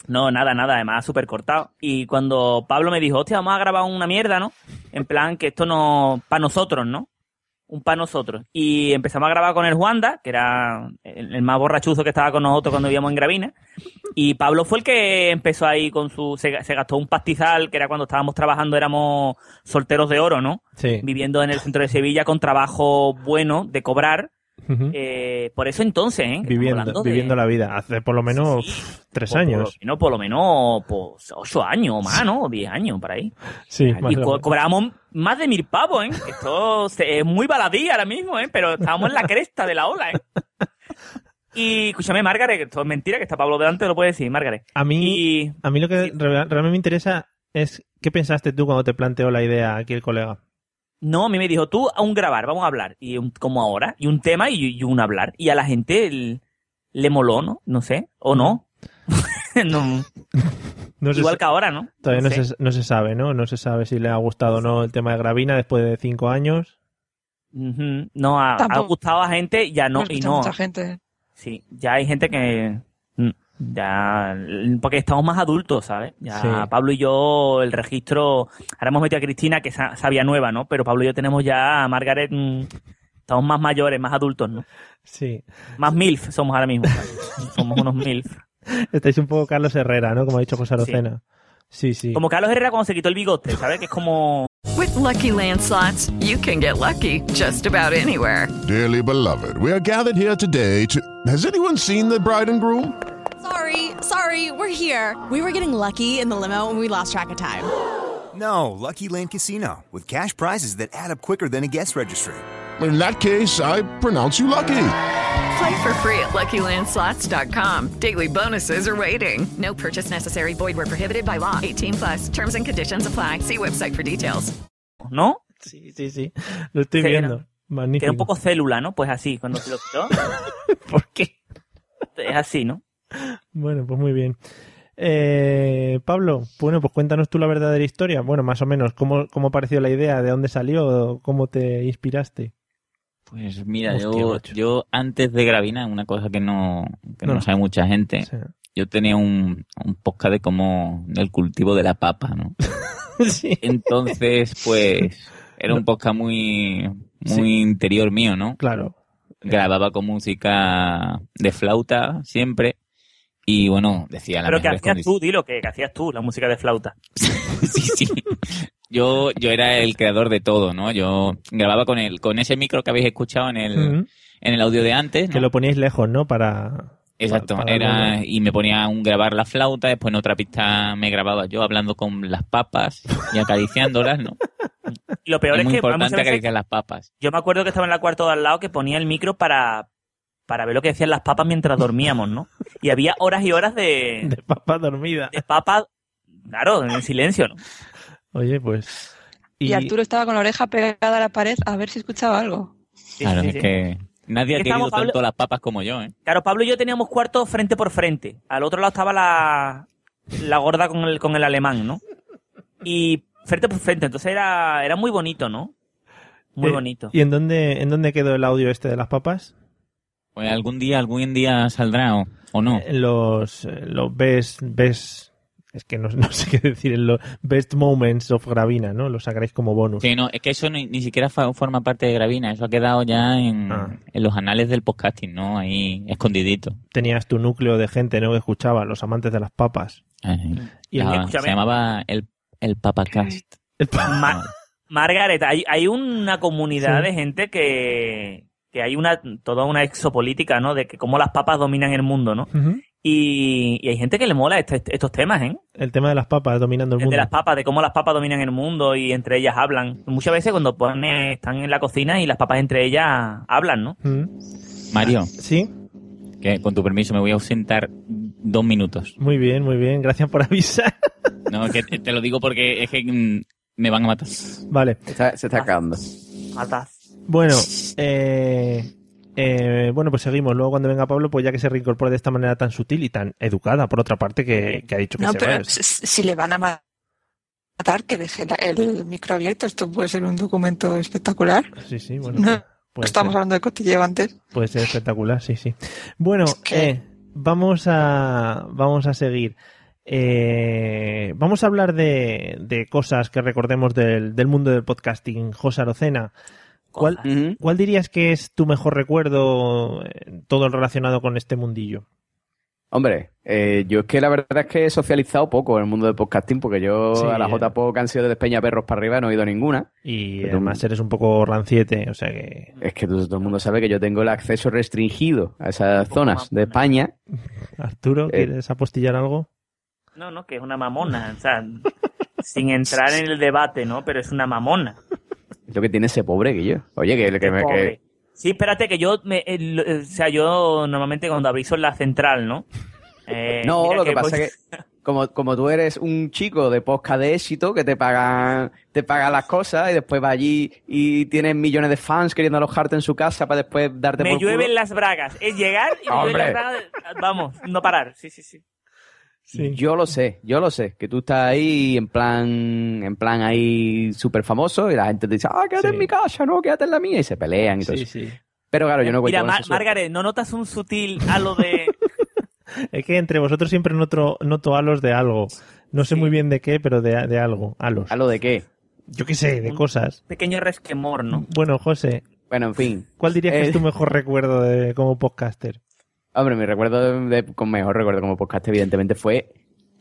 No, nada, nada, además súper cortado. Y cuando Pablo me dijo, hostia, vamos a grabar una mierda, ¿no? En plan, que esto no. para nosotros, ¿no? Un para nosotros. Y empezamos a grabar con el Juanda, que era el, el más borrachuzo que estaba con nosotros cuando vivíamos en Gravina. Y Pablo fue el que empezó ahí con su. Se, ga- se gastó un pastizal, que era cuando estábamos trabajando, éramos solteros de oro, ¿no?
Sí.
Viviendo en el centro de Sevilla con trabajo bueno de cobrar.
Ujú.
Eh, por eso entonces, ¿eh?
viviendo,
Hablando de-
viviendo la vida. Hace por lo menos pf, tres
por-
años.
Por, no, por lo menos pues, ocho años o más, ¿no? Diez años, por ahí.
Sí, más
Y
o
co-
menos.
cobramos más de mil pavos, ¿eh? Que Esto *laughs* se- es muy baladí ahora mismo, ¿eh? Pero estábamos en la cresta de la ola, ¿eh? Y escúchame, Margaret, que esto es mentira, que está Pablo delante, lo puede decir, Margaret.
A mí,
Y
a mí lo que re- realmente me interesa es qué pensaste tú cuando te planteó la idea aquí el colega.
no, a mí me dijo, tú, a un grabar, vamos a hablar. Y un- como ahora, y un tema y, y un hablar. Y a la gente el- le moló, *laughs* ¿no? No sé, o no. no.
No se
Igual
sa-
que ahora, ¿no?
Todavía no,
Sí.
se, no se sabe, ¿no? No se sabe si le ha gustado o no el tema de Gravina después de cinco años.
Ujú. No, ha, ha
Tampoco.
gustado a gente, ya no,
Nos
y
gusta
no.
mucha gente.
Sí, ya hay gente que. mm, Ya. mm, Porque estamos más adultos, ¿sabes? Ya
Sí.
Pablo y yo, el registro. Ahora hemos metido a Cristina, que sa- sabía nueva, ¿no? Pero Pablo y yo tenemos ya a Margaret. mm, Estamos más mayores, más adultos, ¿no?
Sí.
Más MILF somos ahora mismo.
*laughs*
¿sabes? somos unos MILF.
Estáis un poco Carlos Herrera, ¿no? Como ha dicho José Arocena. Sí, sí.
Como Carlos Herrera cuando se quitó el bigote, ¿sabes? Que es como.
With Lucky Land slots, you can get lucky just about anywhere.
Dearly beloved, we are gathered here today to. Has anyone seen the bride and groom?
Sorry, sorry, we're here. We were getting lucky in the limo and we lost track of time.
No, Lucky Land Casino, with cash prizes that add up quicker than a guest registry.
In that case, I pronounce you lucky.
Play for free at LuckyLandSlots.com. Daily bonuses are waiting. No purchase necessary. Void were prohibited by law. 18 plus. Terms and conditions apply. See website for details.
¿No?
Sí, sí, sí. Lo estoy
Sí,
viendo.
¿no? Que
Magnífico.
era un poco célula, ¿no? Pues así, cuando se lo quitó.
*laughs* ¿Por qué?
Es así, ¿no?
Bueno, pues muy bien. Eh, Pablo, bueno, pues cuéntanos tú la verdadera historia. Bueno, más o menos, ¿cómo, cómo pareció la idea? ¿De dónde salió? ¿Cómo te inspiraste?
Pues mira,
Hostia,
yo,
macho.
yo antes de Gravina, una cosa que no, que no,
No.
sabe mucha gente,
Sí. *laughs*
yo tenía un, un podcast de cómo el cultivo de la papa, ¿no? Entonces, pues, era un podcast muy, muy interior mío, ¿no?
Claro.
Grababa con música de flauta siempre. Y bueno, decía la
Pero que
mejor
hacías tú, dilo, que, que hacías tú, la música de flauta.
*laughs* yo, yo era el creador de todo, ¿no? Yo grababa con el, con ese micro que habéis escuchado en el,
Ujú.
en el audio de antes. Eh, ¿no?
Que lo poníais lejos, ¿no? Para.
Exacto,
para
era,
luego.
y me ponía a un grabar la flauta, después en otra pista me grababa yo hablando con las papas y acariciándolas, ¿no?
Y lo peor
Es
es,
muy
que
importante
muchas veces-
acariciar las papas.
yo me acuerdo que estaba en la cuarto de al lado que ponía el micro para, para ver lo que decían las papas mientras dormíamos, ¿no? Y había horas y horas de,
*laughs* de Papá dormida.
papas, claro, en silencio, ¿no?
Oye, pues.
Y... Arturo estaba con la oreja pegada a la pared a ver si escuchaba algo.
claro,
sí,
es
sí.
que nadie ha
Aquí estamos,
querido
Pablo.
tanto las papas como yo, ¿eh?
Claro, Pablo y yo teníamos cuarto frente por frente. Al otro lado estaba la, la gorda con el, con el alemán, ¿no? Y frente por frente, entonces era, era muy bonito, ¿no? Muy
Eh,
bonito.
¿Y en dónde, en dónde quedó el audio este de las papas?
Pues algún día, algún día saldrá o, o no.
En los, eh, los best, best. Es que no, no sé qué decir. En los best moments of Gravina, ¿no? Lo sacaréis como bonus.
Sí, no, es que eso ni, ni siquiera fa- forma parte de Gravina, eso ha quedado ya en,
Ah.
en los anales del podcasting, ¿no? Ahí escondidito.
Tenías tu núcleo de gente, ¿no? Que escuchaba, los amantes de las papas. Y
Estaba-
*laughs*
Ah.
escúchame.
Eh, se llamaba el, el Papacast. Ah,
Ma- Margaret, hay, hay una comunidad
Sí.
de gente que, que hay una toda una exopolítica, ¿no? De que cómo las papas dominan el mundo, ¿no?
Ujú.
Y, y hay gente que le mola este- estos temas, ¿eh?
El tema de las papas dominando el
El
mundo.
de las papas, de cómo las papas dominan el mundo y entre ellas hablan. Muchas veces cuando pone, están en la cocina y las papas entre ellas hablan, ¿no?
Mario.
Sí.
Que con tu permiso me voy a ausentar dos minutos.
Muy bien, muy bien. Gracias por avisar. *laughs*
No, es que te te lo digo porque es que mm, me van a matar.
Vale.
se está acabando.
Bueno, eh, eh, bueno, pues seguimos. Luego cuando venga Pablo, pues ya que se reincorpore de esta manera tan sutil y tan educada, por otra parte, que, que ha dicho que
No,
se va.
pero si, si le van a ma- matar, que deje la- el micro abierto. Esto puede ser un documento espectacular.
Sí, sí, bueno. pues
No,
puede
Estamos
ser.
hablando de cotilleo antes.
Puede ser espectacular, sí, sí. Bueno, eh, vamos a vamos a seguir. Eh, vamos a hablar de, de cosas que recordemos del, del mundo del podcasting. José Arocena, ¿cuál, ¿cuál dirías que es tu mejor recuerdo eh, todo relacionado con este mundillo?
Hombre, eh, yo es que la verdad es que he socializado poco en el mundo del podcasting porque yo
Sí,
a la
eh.
JPO que han sido de Perros para arriba no he ido a ninguna.
Y
Pero-
además eres un poco ranciete, o sea que...
Es que todo todo el mundo sabe que yo tengo el acceso restringido a esas zonas de España. Eh,
Arturo, ¿quieres apostillar algo?
No, no, que es una mamona, o sea, *laughs* sin entrar en el debate, ¿no? Pero es una mamona.
Es lo que tiene ese pobre que yo. Oye, que, que me...
Pobre.
Que,
Sí, espérate, que yo, me, eh, lo- eh, o sea, yo normalmente cuando aviso en la central,
*laughs*
¿no? Eh,
no,
mira
lo que, pasa
voy-
es que como, como tú eres un chico de podcast de éxito que te pagan te pagan las cosas y después va allí y tienes millones de fans queriendo alojarte en su casa para después darte
Me
por culo.
llueven las bragas. Es llegar y me llueven
Hombre.
las bragas. Vamos, no parar. Sí, sí, sí.
Sí.
Yo lo sé, yo lo sé, que tú estás ahí en plan, en plan ahí súper famoso y la gente te dice, ah, quédate en mi casa, no, quédate en la mía y se pelean y todo
Sí,
eso. Pero claro, yo no cuento
Mira,
con
Mar-
esa suerte.
Margaret, ¿no notas un sutil halo de...
Es que entre vosotros siempre noto, noto halos de algo. No sé muy bien de qué, pero de, de algo. Halos.
¿Halo de qué?
Yo qué sé, de cosas.
pequeño
*laughs*
resquemor, ¿no?
Bueno, José,
Bueno, en fin.
¿cuál dirías que
Eh,
es tu mejor recuerdo de, como podcaster?
Hombre, mi recuerdo de- de- con mejor recuerdo como podcast, evidentemente, fue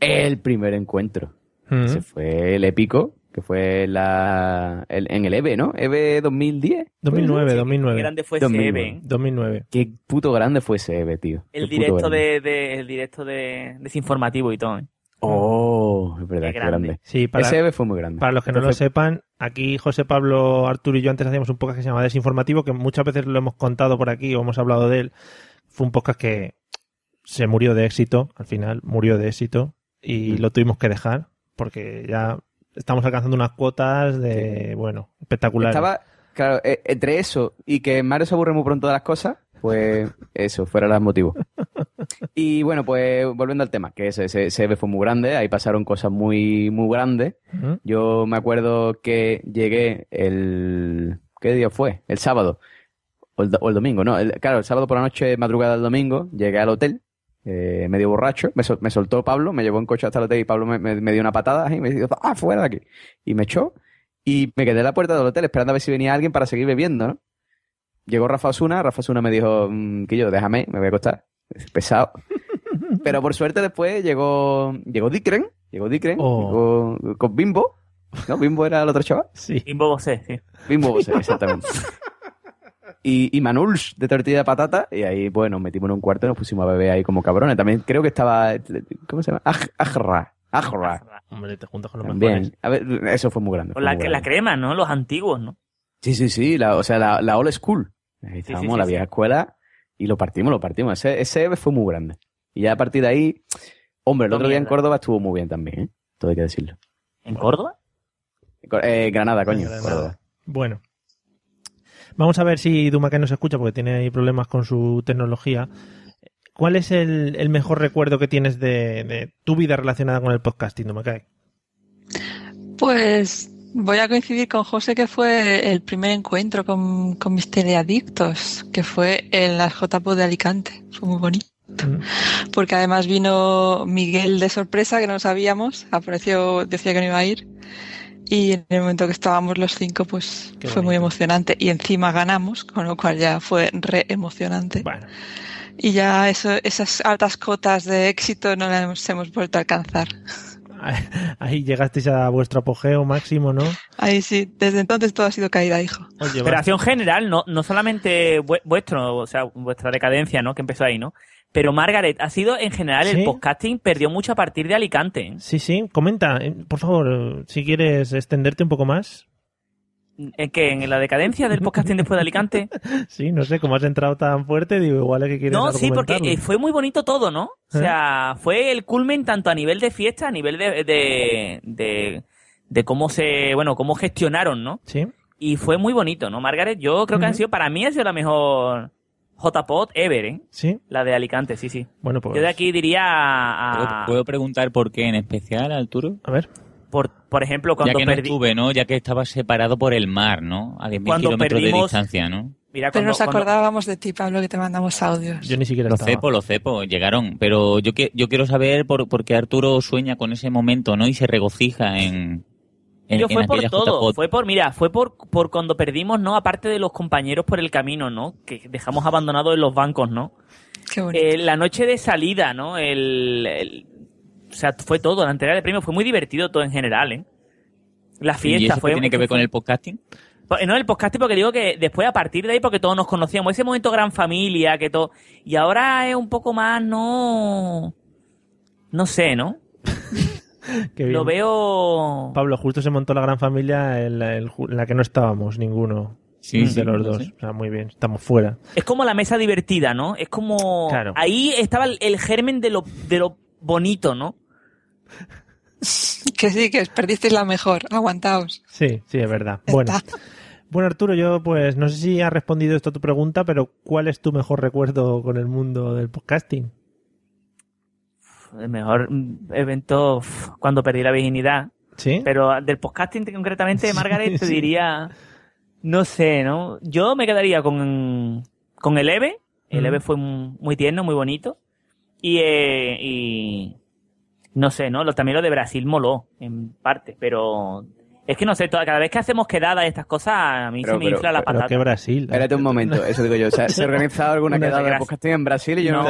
el primer encuentro.
Ujú.
Ese fue el épico, que fue la, el- en el EVE, ¿no? E EVE 2010.
2009,
Qué
2009.
grande fue ese
2009.
EVE, ¿eh?
2009.
Qué puto grande fue ese EVE, tío.
El
Qué puto
directo
grande.
de, de- el directo de desinformativo y todo. ¿eh?
Oh, es verdad,
Qué
qué grande.
grande.
Sí, para-
ese EVE fue muy grande.
Para los que no lo
Entonces,
sepan, aquí José Pablo, Arturo y yo antes hacíamos un podcast que se llamaba Desinformativo, que muchas veces lo hemos contado por aquí o hemos hablado de él. Fue un podcast que se murió de éxito, al final murió de éxito y lo tuvimos que dejar porque ya estamos alcanzando unas cuotas de, bueno, espectaculares.
Estaba, claro, eh, entre eso y que Mario se aburre muy pronto de las cosas,
*laughs*
pues eso, fueron los motivos. Y bueno, pues volviendo al tema, que ese, ese, ese EVE fue muy grande, ahí pasaron cosas muy, muy grandes.
Ujú.
Yo me acuerdo que llegué el... ¿Qué día fue? El sábado. O el, do- o el domingo, ¿no? el- claro, el sábado por la noche, madrugada del domingo, llegué al hotel, eh, medio borracho, me, sol- me soltó Pablo, me llevó en coche hasta el hotel y Pablo me, me- me dio una patada y me dijo, ¡ah, fuera de aquí! Y me echó y me quedé en la puerta del hotel esperando a ver si venía alguien para seguir bebiendo, ¿no? Llegó Rafa Osuna, Rafa Osuna me dijo, que yo, déjame, me voy a acostar. Es pesado. Pero por suerte después llegó llegó Dikren, llegó Dikren, llegó con Bimbo, ¿no? Bimbo era el otro chaval.
Sí.
Bimbo Bosé, sí.
Bimbo Bosé, exactamente. Y, y Manuls de tortilla de patata, y ahí, bueno, nos metimos en un cuarto y nos pusimos a beber ahí como cabrones. También creo que estaba, ¿cómo se llama? Aj- Ajra, Ajra.
Hombre, te juntas con los mejores.
También. A ver, eso fue muy grande.
O
fue
la,
muy
la
grande.
crema, ¿no? Los antiguos, ¿no?
Sí, sí, sí, la, o sea, la, la old school. Ahí
sí,
estábamos,
sí,
la
sí.
vieja escuela, y lo partimos, lo partimos. Ese, ese fue muy grande. Y ya a partir de ahí, hombre, el
No
otro día en
mierda.
Córdoba estuvo muy bien también, ¿eh? Todo hay que decirlo.
¿En Córdoba?
Co- eh, Granada, coño.
Granada.
Córdoba.
Bueno. Vamos a ver si Dumaque nos escucha porque tiene ahí problemas con su tecnología. ¿Cuál es el, el mejor recuerdo que tienes de, de tu vida relacionada con el podcasting, Dumaque?
Pues voy a coincidir con José que fue el primer encuentro con, con mis teleadictos, que fue en las JPO de Alicante. Fue muy bonito.
Mm,
Porque además vino Miguel de sorpresa, que no lo sabíamos, apareció, decía que no iba a ir. Y en el momento que estábamos los cinco, pues
Qué
fue muy emocionante. Y encima ganamos, con lo cual ya fue re emocionante. Y ya eso, esas altas cotas de éxito no las hemos vuelto a alcanzar.
*laughs* Ahí llegasteis a vuestro apogeo máximo, ¿no?
Ahí sí, desde entonces todo ha sido caída, hijo.
Oye,
Pero
va.
acción general, no, no solamente vue- vuestro, o sea, vuestra decadencia, ¿no? Que empezó ahí, ¿no? Pero Margaret, ha sido en general
Sí.
el podcasting perdió mucho a partir de Alicante. ¿eh?
Sí, sí, comenta, eh, por favor, eh, si quieres extenderte un poco más. *laughs*
¿En que ¿En la decadencia del podcasting después de Alicante?
Sí, no sé, como has entrado tan fuerte, digo, igual es que quieres
No, sí, porque
argumentarlo.
eh, fue muy bonito todo, ¿no? O
¿Eh?
sea, fue el culmen tanto a nivel de fiesta, a nivel de, de, de, de cómo se, bueno, cómo gestionaron, ¿no?
Sí.
Y fue muy bonito, ¿no, Margaret? Yo creo que han
Ujú.
sido, para mí ha sido la mejor JPod ever, ¿eh?
Sí.
La de Alicante, sí, sí.
Bueno, pues...
Yo de aquí diría a- a- Ah.
¿Puedo, puedo preguntar por qué en especial, Arturo?
A ver.
por, por ejemplo, cuando
ya que no
perdí-
estuve, ¿no? Ya que estaba separado por el mar, ¿no? A 10.000
Cuando
kilómetros de
perdimos-
distancia, ¿no?
Pero
Mira, cuando-
nos
cuando-
acordábamos de ti, Pablo, que te mandamos audios.
Yo ni siquiera
Lo
estaba.
cepo, lo cepo, llegaron. Pero yo, que, yo quiero saber por, por qué Arturo sueña con ese momento, ¿no? Y se regocija en, en,
Yo
en
fue por
aquella
todo,
JPOT.
fue por, mira, fue por, por cuando perdimos, ¿no? Aparte de los compañeros por el camino, ¿no? Que dejamos abandonados en los bancos, ¿no?
Qué bonito.
Eh, la noche de salida, ¿no? El, el- o sea, fue todo, la entrega de premios fue muy divertido todo en general, ¿eh? La fiesta
¿Y eso qué
fue...
tiene que ver con el podcasting?
Pues, No, el podcast porque digo que después a partir de ahí, porque todos nos conocíamos, ese momento gran familia, que todo... Y ahora es un poco más, no... No sé, ¿no?
Qué bien.
Lo veo...
Pablo, justo se montó la gran familia en la, el ju- en la que no estábamos ninguno
Sí,
Mm, de
sí,
los
lo
dos.
sé.
O sea, muy bien, estamos fuera.
Es como la mesa divertida, ¿no? Es como...
Claro.
Ahí estaba el, el germen de lo, de lo bonito, ¿no?
Que sí, que os perdisteis la mejor. Aguantaos.
Sí, sí, es verdad. Bueno. Bueno, Arturo, yo pues no sé si ha respondido esto a tu pregunta, pero ¿cuál es tu mejor recuerdo con el mundo del podcasting?
el mejor mm, evento uf, cuando perdí la virginidad.
Sí.
Pero del podcasting concretamente de Margaret te
¿Eh? *laughs* sí.
diría, no sé, ¿no? Yo me quedaría con, con el EVE. El
Mm.
EVE fue un- muy tierno, muy bonito. Y, eh, y no sé, ¿no? Lo, también lo de Brasil moló en parte, pero es que no sé, toda, cada vez que hacemos quedadas y estas cosas, a mí se me infla la patata.
qué Brasil.
Espérate un momento, eso digo yo. O sea, se ha organizado alguna
Una
quedada de
desgracia.
podcasting en Brasil y yo no.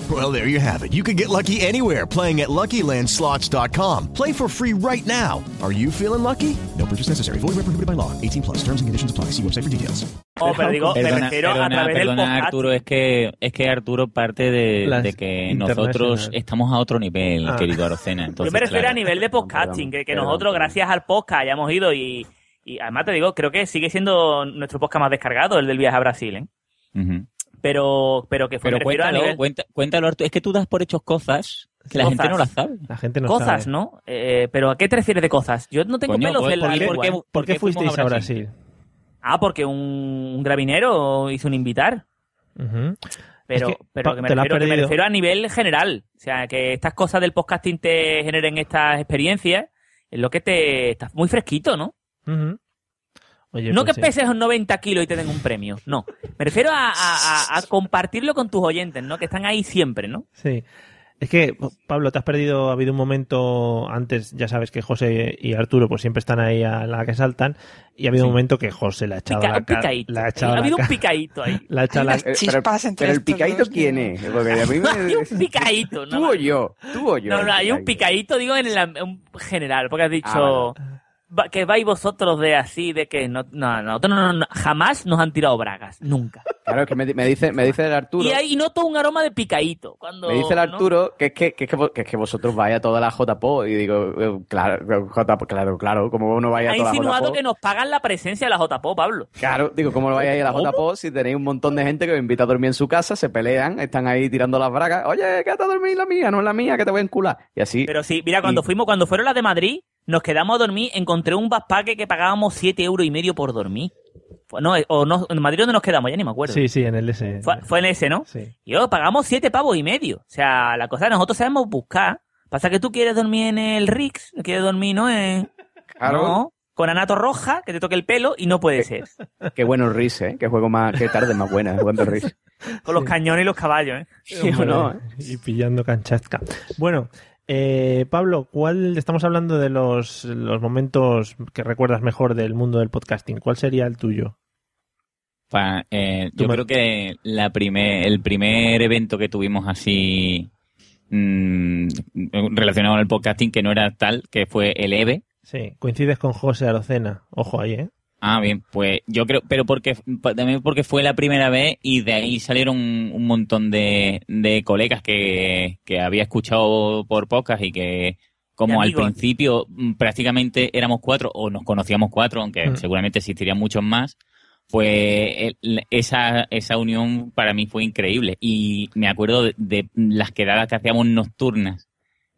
Well, there you have it. You can get lucky anywhere playing at LuckyLandSlots.com. Play for free right now. Are you feeling lucky? No purchase necessary. Void where prohibited by law. 18 plus. Terms and conditions apply. See website for details.
Oh, pero digo, me
Perdona,
refiero a
perdona,
través del
perdona,
podcast.
Arturo, es que, es que Arturo parte de,
Las
de que
internacionales.
nosotros estamos a otro nivel,
Ah.
querido Arocena.
Yo
Entonces,
me refiero
claro.
a nivel de podcasting, que, que
perdón,
nosotros, gracias al podcast, hayamos ido y, y además te digo, creo que sigue siendo nuestro podcast más descargado, el del viaje a Brasil, ¿eh?
Ujú.
Pero, pero que fue
Pero
me refiero a
cuéntalo,
nivel-
cuenta- cuéntalo, Arturo. Es que tú das por hechos cosas que la gente
Cosas.
no las sabe.
La gente
cosas, ¿no? Eh, pero ¿a qué te refieres de cosas? Yo no tengo
Coño,
pelos
pues,
en la
¿por qué-
lengua. ¿eh?
por qué- por qué
fuimos fuisteis a Brasil?
Ah, porque un, un gravinero hizo un invitar.
Ujú.
Pero,
Es que
pero
pa-
que me,
te lo has
refiero, que me
perdido.
refiero a nivel general. O sea, que estas cosas del podcasting te generen estas experiencias, es lo que te... Estás muy fresquito, ¿no?
Ujú. Oye,
no
pues sí.
que peses 90 kilos y te den un premio, no. Me refiero a, a- a- a compartirlo con tus oyentes, ¿no? Que están ahí siempre, ¿no?
Sí. Es que, Pablo, te has perdido, ha habido un momento antes, ya sabes que José y Arturo pues siempre están ahí a la que saltan, y ha habido un momento que José la ha echado
Pica-
la cara.
picaíto.
La ha
ha
echado la
habido un
cara. *laughs*
picadito ahí.
La ha echado la-
Eh, pero el picaíto, ¿quién es? Porque a mí
*laughs*
me-
Hay un picadito, ¿no?
*laughs* Tú o yo. Tú o yo.
No, no, hay
El
un picadito, digo, en, la, en general, porque has dicho
Ah,
va- que vais vosotros de así, de que no, no, no, no, no, no, jamás nos han tirado bragas, nunca.
Claro, es que me, di- me dice, me dice el Arturo.
Y ahí noto un aroma de picadito. Cuando,
Me dice el
¿no?
Arturo que, es que, que, es que, vo- que es que vosotros vais a toda la JPO. Y digo, eh, claro, JPO, claro, claro, como no vais a
Ha
toda la
insinuado
JPO.
que nos pagan la presencia de la JPO, Pablo.
Claro, digo, ¿cómo lo vais a ir a la JPO si tenéis un montón de gente que os invita a dormir en su casa, se pelean, están ahí tirando las bragas? Oye, quédate a dormir en la mía, no en la mía, que te voy a encular. Y así.
Pero sí, mira, cuando
Y-
fuimos, cuando fueron las de Madrid, nos quedamos a dormir, encontré un backpack que pagábamos siete euros y medio por dormir. Fue- No, eh, o no, en Madrid donde nos quedamos, ya ni me acuerdo.
Sí, sí, en el S. E.
Fue, fue en ese, ¿no?
Sí.
Y yo, pagamos siete pavos y medio. O sea, la cosa, nosotros sabemos buscar. Pasa que tú quieres dormir en el Rix, quieres dormir, ¿no? En-
Claro.
No, con anato roja, que te toque el pelo, y no puede ser.
Qué bueno el Riz, ¿eh? Qué juego más, qué tarde más buena jugando el
*laughs*
Riz.
Con los cañones y los caballos, ¿eh?
Hombre,
no, ¿eh?
Y pillando canchasca. Bueno, eh, Pablo, ¿cuál estamos hablando de los, los momentos que recuerdas mejor del mundo del podcasting? ¿Cuál sería el tuyo?
Pa- eh, yo
Tú,
creo que la primer, el primer evento que tuvimos así mm, relacionado con el podcasting que no era tal, que fue el EVE.
Sí, coincides con José Arocena. Ojo ahí, ¿eh?
Ah, bien, pues yo creo, pero porque pa- también porque fue la primera vez y de ahí salieron un, un montón de, de colegas que, que había escuchado por podcast y que
Y
como al
amigos.
principio mm, prácticamente éramos cuatro o nos conocíamos cuatro, aunque
Mm.
seguramente existirían muchos más, pues el- esa, esa unión para mí fue increíble y me acuerdo de, de las quedadas que hacíamos nocturnas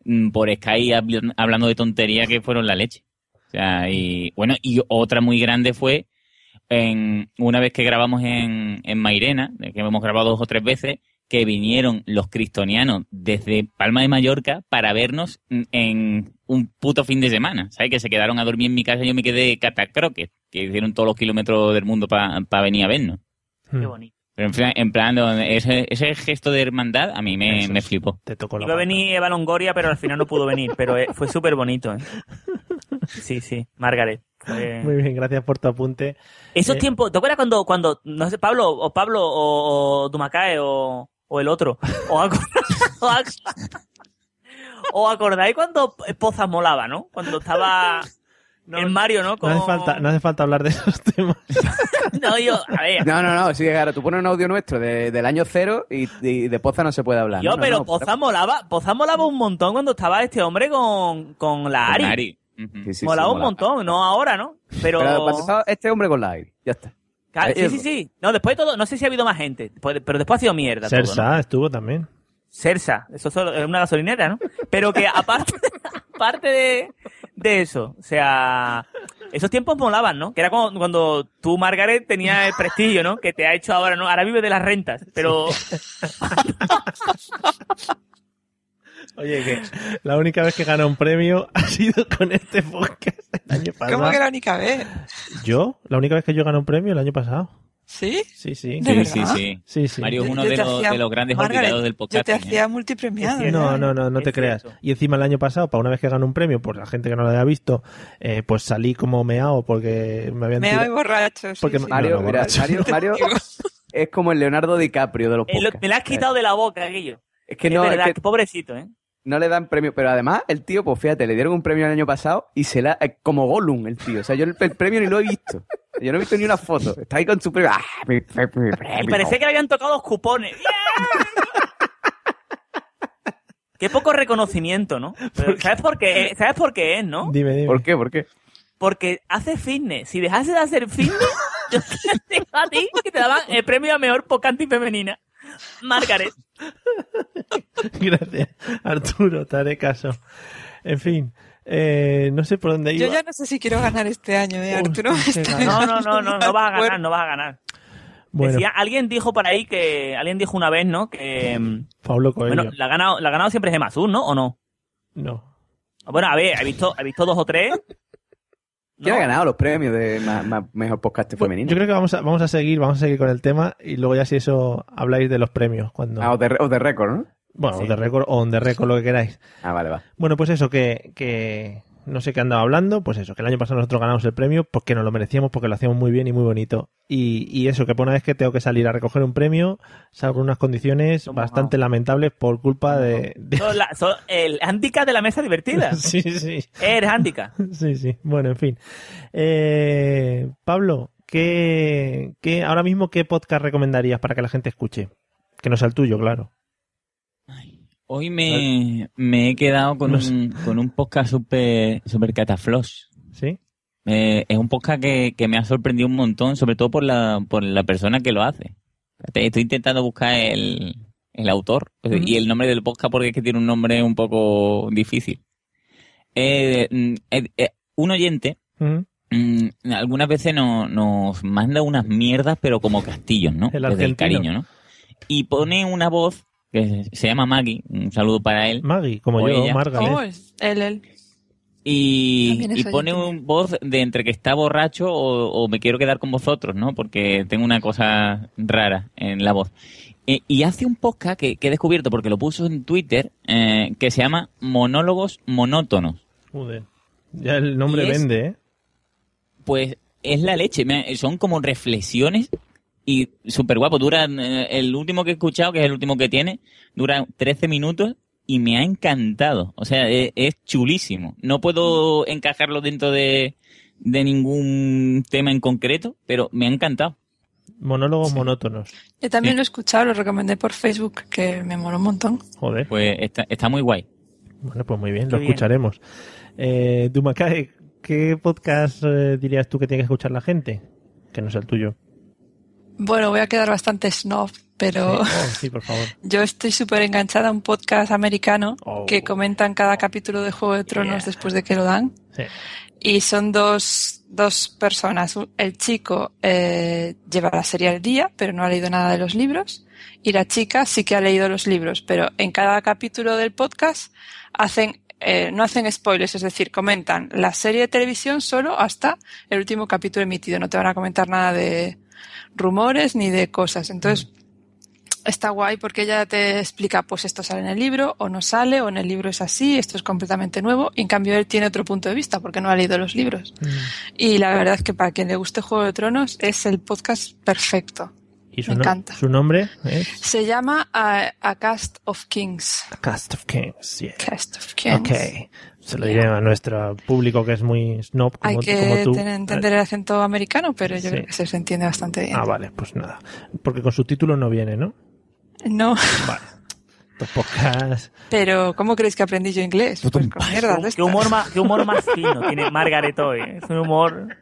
mm, por Sky habl- hablando de tontería que fueron la leche. O sea, y bueno, y otra muy grande fue en una vez que grabamos en, en Mairena, de que hemos grabado dos o tres veces, que vinieron los cristonianos desde Palma de Mallorca para vernos en- en un puto fin de semana. ¿Sabes? Que se quedaron a dormir en mi casa y yo me quedé catacroque, que hicieron todos los kilómetros del mundo para venir a vernos.
Hmm. Mm.
Qué bonito.
Pero en plan, en plan, ese, ese gesto de hermandad a mí me, me flipó.
Te tocó
Iba a venir Eva Longoria, pero al final no pudo venir. Pero eh, fue súper bonito, ¿eh? Sí, sí, Margaret.
Muy bien, gracias por tu apunte.
Esos
Eh,
tiempos, ¿te acuerdas cuando, cuando, no sé, Pablo, o Pablo, o, o Dumacae, o, o el otro? O, acor- *laughs* o ac- ¿o acordáis cuando Pozas molaba, ¿no? Cuando estaba en Mario, ¿no?
No hace, falta, no hace falta hablar de esos temas.
*laughs* No, yo, a ver.
No, no, no, sí, claro, tú pones un audio nuestro de- del año cero y, y de Poza no se puede hablar.
Yo,
No, no,
pero
no,
Poza molaba, Poza molaba un montón cuando estaba este hombre con, con la Ari.
Sí, sí, sí,
molaba un
molaba.
montón, no ahora, ¿no? Pero,
Pero cuando estaba este hombre con la Ari, ya está.
Claro, sí,
Eh,
sí, sí. No, después de todo, no sé si ha habido más gente, después- pero después ha sido mierda. todo,
Sersa
¿no?
estuvo también.
Cersa, eso solo es una gasolinera, ¿no? Pero que aparte, *laughs* aparte de, de eso, o sea, esos tiempos molaban, ¿no? Que era como cuando tú, Margaret, tenías el prestigio, ¿no? Que te ha hecho ahora, ¿no? Ahora vive de las rentas, pero...
Oye, que la única vez que ganó un premio ha *laughs* sido con este podcast el año pasado.
¿Cómo que la única vez?
¿Yo? La única vez que yo gané un premio el año pasado.
¿Sí?
Sí, sí.
¿De
Sí,
verdad?
sí.
Sí, sí.
Mario es uno
Yo
de
te
los,
hacía-
de los grandes
Margaret,
olvidados del
Yo
podcast.
te hacía multipremiado.
No,
¿eh?
no, no, no te creas. Y encima el año pasado, para una vez que ganó un premio, por la gente que no lo había visto, eh, pues salí como meao porque me habían
Me voy
tirado.
borracho. sí,
Porque
sí.
Mario, mira,
borracho.
Mario,
*laughs*
*laughs*
Mario es como el Leonardo DiCaprio de los
Eh, lo-
podcasts.
me la has quitado de la boca aquello.
Es que no,
es verdad,
es que-
que pobrecito, ¿eh?
No le dan premio, pero además el tío, pues fíjate, le dieron un premio el año pasado y se la... eh, como Gollum el tío, o sea, yo el, el premio ni lo he visto. Yo no he visto ni una foto. Está ahí con su premio. ¡Ah, mi, mi- mi
Y
premio!
parecía que le habían tocado los cupones. ¡Yeah! Qué poco reconocimiento, ¿no? Pero ¿Sabes por
*laughs*
qué? ¿Sabes por qué es, no?
Dime, dime.
¿Por qué? ¿Por qué?
Porque hace fitness. Si dejase de hacer fitness, yo te digo a ti que te daban el premio a mejor pocanti femenina. Margaret.
*laughs* Gracias, Arturo, te haré caso. En fin, eh, no sé por dónde iba.
Yo ya no sé si quiero ganar este año, ¿eh? Arturo.
Hostia, qué ganas.
No, no, no, no, no vas a ganar, no vas a ganar.
Bueno,
Decía, alguien dijo por ahí que, alguien dijo una vez, ¿no? Que, mm,
Pablo Coelho.
bueno, la ha ganado, la ha ganado siempre es azul ¿no? ¿O no?
No.
Bueno, a ver, he visto, he visto dos o tres.
*laughs* ¿Quién ha ganado los premios de ma- ma- mejor podcast Pues, femenino?
Pues, Yo creo que vamos a, vamos a seguir, vamos a seguir con el tema y luego ya si eso habláis de los premios cuando
Ah, o de, o de récord, ¿no?
bueno,
Sí.
de récord o de récord lo que queráis.
Ah, vale, va.
Bueno, pues eso que, que no sé qué andaba hablando, pues eso, que el año pasado nosotros ganamos el premio porque nos lo merecíamos, porque lo hacíamos muy bien y muy bonito. Y, y eso, que por una vez que tengo que salir a recoger un premio, salgo en unas condiciones bastante lamentables por culpa de, de-
Son la- son el handicap de la mesa divertida.
*laughs* Sí, sí.
El handicap.
Sí, sí. Bueno, en fin. Eh, Pablo, ¿qué, qué, ahora mismo qué podcast recomendarías para que la gente escuche? Que no sea el tuyo, claro.
Hoy me, me he quedado con,
No
un, con un podcast super, super cataflos.
¿Sí?
es un podcast que, que me ha sorprendido un montón, sobre todo por la, por la persona que lo hace. Fíjate, Estoy intentando buscar el, el autor pues,
Ujú.
y el nombre del podcast porque es que tiene un nombre un poco difícil. Eh, mm, eh, eh, un oyente mm, algunas veces no- nos manda unas mierdas, pero como castillos, ¿no?
El
Desde
argentino.
cariño, ¿no? Y pone una voz que se llama Maggie, un saludo para él.
Maggie, como
O
yo,
ella.
¿Cómo es? Él, él.
Y,
También es
y pone
oyente.
un voz de entre que está borracho o, o me quiero quedar con vosotros, ¿no? Porque tengo una cosa rara en la voz. Eh, y hace un podcast que, que he descubierto porque lo puso en Twitter eh, que se llama Monólogos Monótonos.
Joder. Ya el nombre
Y es-
vende, ¿eh?
Pues es la leche. me- Son como reflexiones y súper guapo. Duran, eh, el último que he escuchado, que es el último que tiene, dura 13 minutos y me ha encantado. O sea, e- es, chulísimo. No puedo encajarlo dentro de, de ningún tema en concreto, pero me ha encantado.
Monólogos monótonos.
Yo también
Sí.
lo he escuchado, lo recomendé por Facebook, que me moló un montón.
Joder.
Pues está, está muy guay.
Bueno, pues muy bien,
Qué
lo
bien.
escucharemos. Eh, Dumacae, ¿qué podcast eh, dirías tú que tiene que escuchar la gente? Que no sea el tuyo.
Bueno, voy a quedar bastante snob, pero
Sí, oh, sí, por favor.
*laughs* yo estoy súper enganchada a un podcast americano
Oh.
que comentan cada capítulo de Juego de Tronos después de que lo dan.
Sí.
Y son dos, dos personas. Un- El chico eh, lleva la serie al día, pero no ha leído nada de los libros. Y la chica sí que ha leído los libros, pero en cada capítulo del podcast hacen, eh, no hacen spoilers, es decir, comentan la serie de televisión solo hasta el último capítulo emitido. No te van a comentar nada de rumores ni de cosas. Entonces, está guay porque ella te explica, pues esto sale en el libro o no sale, o en el libro es así, esto es completamente nuevo, y en cambio él tiene otro punto de vista porque no ha leído los libros. Y la verdad es que para quien le guste Juego de Tronos es el podcast perfecto.
Y su,
Me
no-
encanta.
su nombre es
Se llama A, A Cast of Kings.
Cast of Kings. yeah.
Cast of Kings.
Ok. Se lo diré a nuestro público que es muy snob como,
Hay que
como tú.
tener- entender el acento americano, pero yo
Sí.
creo que se se entiende bastante bien.
Ah, vale, pues nada. Porque con su título no viene, ¿no?
No,
Estos podcasts.
pero ¿cómo creéis que aprendí yo inglés? Pues con mierdas de
Qué humor,
estas.
más, qué humor más fino tiene Margaret hoy. eh. Es un humor.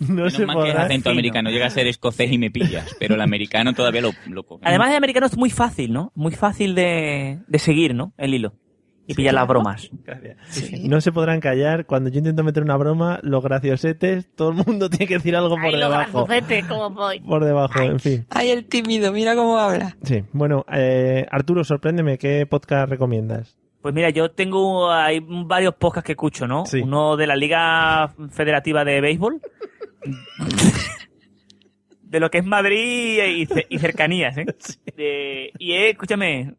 No
Menos mal que es acento
fino.
americano. Llega a ser escocés y me pillas, pero el americano todavía lo, lo coge.
Además, el americano es muy fácil, ¿no? Muy fácil de, de seguir, ¿no? El hilo. Y pillar las bromas.
No se podrán callar. Cuando yo intento meter una broma, los graciosetes, todo el mundo tiene que decir algo por debajo.
¿cómo voy?
Por debajo, en fin.
Ay, el tímido, mira cómo habla.
Sí, bueno, eh, Arturo, sorpréndeme, ¿qué podcast recomiendas?
Pues mira, yo tengo hay varios podcasts que escucho, ¿no?
Sí.
Uno de la Liga Federativa de Béisbol. de lo que es Madrid y, ce- y cercanías, ¿eh? De- y eh, escúchame,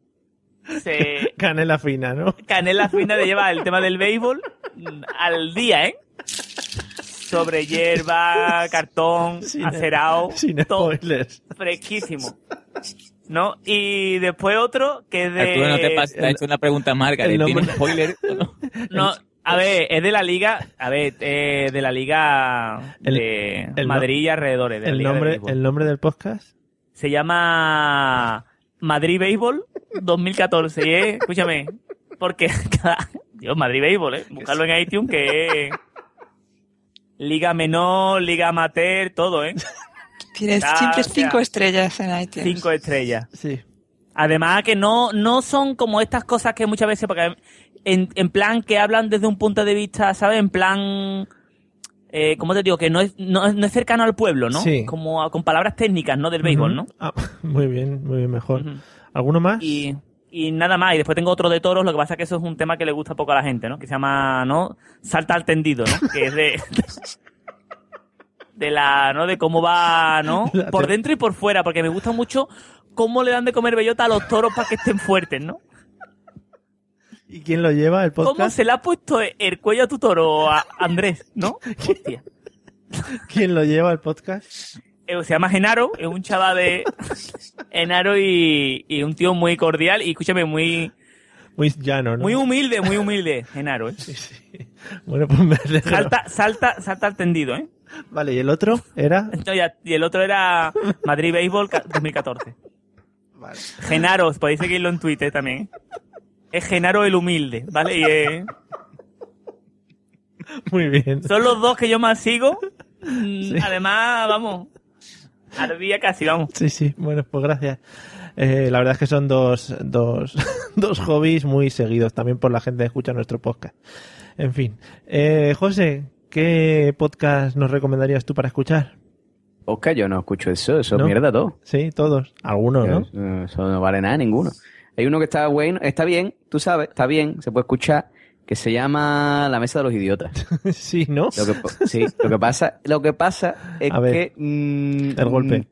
se,
Canela fina, ¿no? *laughs*
Canela Fina le lleva el tema del béisbol mm, al día, ¿eh? Sobre hierba, cartón,
Sin-
acerado,
Sin spoilers.
fresquísimo. ¿No? Y después otro que es de...
Arturo, no te pases, te ha hecho una pregunta a Margaret.
eh, el
¿Tiene
nombre-
spoiler?
No, a ver, es de la liga, a ver, eh, de la liga de
el no-
Madrid y alrededores. de la
El
liga de
nombre,
pues.
béisbol.
el nombre del podcast.
Se llama Madrid Béisbol 2014, ¿eh? Escúchame, porque *laughs* cada- Dios, Madrid Béisbol, ¿eh? Buscarlo en iTunes que es liga menor, liga amateur, todo, ¿eh?
Tienes
Ah,
simples
o sea,
cinco estrellas en iTunes.
Cinco estrellas.
Sí.
Además que no, no son como estas cosas que muchas veces, porque en, en plan que hablan desde un punto de vista, ¿sabes? En plan, eh, ¿cómo te digo? Que no es, no, es- no es cercano al pueblo, ¿no?
Sí.
Como a- con palabras técnicas, ¿no? Del béisbol, ¿no?
Ah, *laughs* muy bien, muy bien, mejor. ¿Alguno más?
Y, y nada más. Y después tengo otro de toros, lo que pasa es que eso es un tema que le gusta poco a la gente, ¿no? Que se llama, ¿no? Salta al tendido, ¿no? Que es de... De la, ¿no? De cómo va, ¿no? Por dentro y por fuera, porque me gusta mucho cómo le dan de comer bellota a los toros para que estén fuertes, ¿no?
¿Y quién lo lleva el
¿Cómo
podcast?
se le ha puesto el cuello a tu toro a Andrés, no? Hostia.
¿Quién lo lleva el podcast?
Eh, Se llama Genaro, es un chaval de Genaro y, y un tío muy cordial y escúchame, muy,
Muy llano, ¿no?
muy humilde, muy humilde, Genaro. ¿eh?
Bueno, pues me alegro.
Salta, salta, salta al tendido, ¿eh?
Vale, ¿y el otro era?
No, ya- Y el otro era Madrid Béisbol ca- 2014. Genaro, os podéis seguirlo en Twitter también. ¿eh? Es Genaro el humilde, ¿vale? Y eh,
*laughs* Muy bien.
son los dos que yo más sigo. Mm, Además, vamos, al día casi, vamos.
Sí, sí, bueno, pues gracias. Eh, la verdad es que son dos, dos, *laughs* dos hobbies muy seguidos también por la gente que escucha nuestro podcast. En fin. Eh, José, ¿qué podcast nos recomendarías tú para escuchar?
Oscar, yo no escucho eso, eso
¿No?
es mierda todo.
Sí, todos. Algunos, ¿no?
Eso, eso no vale nada, ninguno. Hay uno que está bueno, está bien, tú sabes, está bien, se puede escuchar, que se llama La Mesa de los Idiotas.
*laughs* sí, ¿no?
Lo que, po- sí, lo que pasa, lo que pasa es
A ver,
que mm,
el golpe.
mm,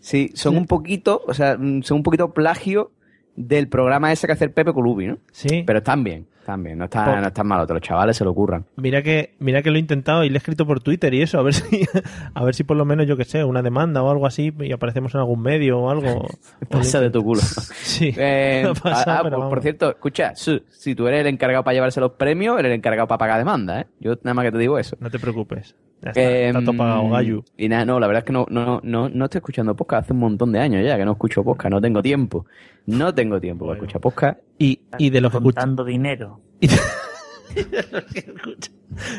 sí, son un poquito, o sea, mm, son un poquito plagio del programa ese que hace el Pepe Colubi, ¿no?
Sí.
Pero están bien, están bien, no
Po-
están, no están malos, los chavales se lo curran.
Mira que, mira que lo he intentado y le he escrito por Twitter y eso, a ver *laughs* si, a ver si por lo menos, yo que sé, una demanda o algo así y aparecemos en algún medio o algo.
*laughs* Pasa de tu culo.
*laughs* Sí.
*laughs* Eh,
*laughs* No pasa,
ah, ah,
pero
por, por
vamos.
cierto, escucha, Su, si tú eres el encargado para llevarse los premios, eres el encargado para pagar demanda, ¿eh? Yo nada más que te digo eso.
No te preocupes. Ya está, está
Em,
todo pagado, Gallu.
Y nada, no, la verdad es que no, no, no, no estoy escuchando podcast hace un montón de años ya, que no escucho podcast, no tengo tiempo. No tengo tiempo para escuchar podcast.
Y, y de los que escucha-
Dando dinero.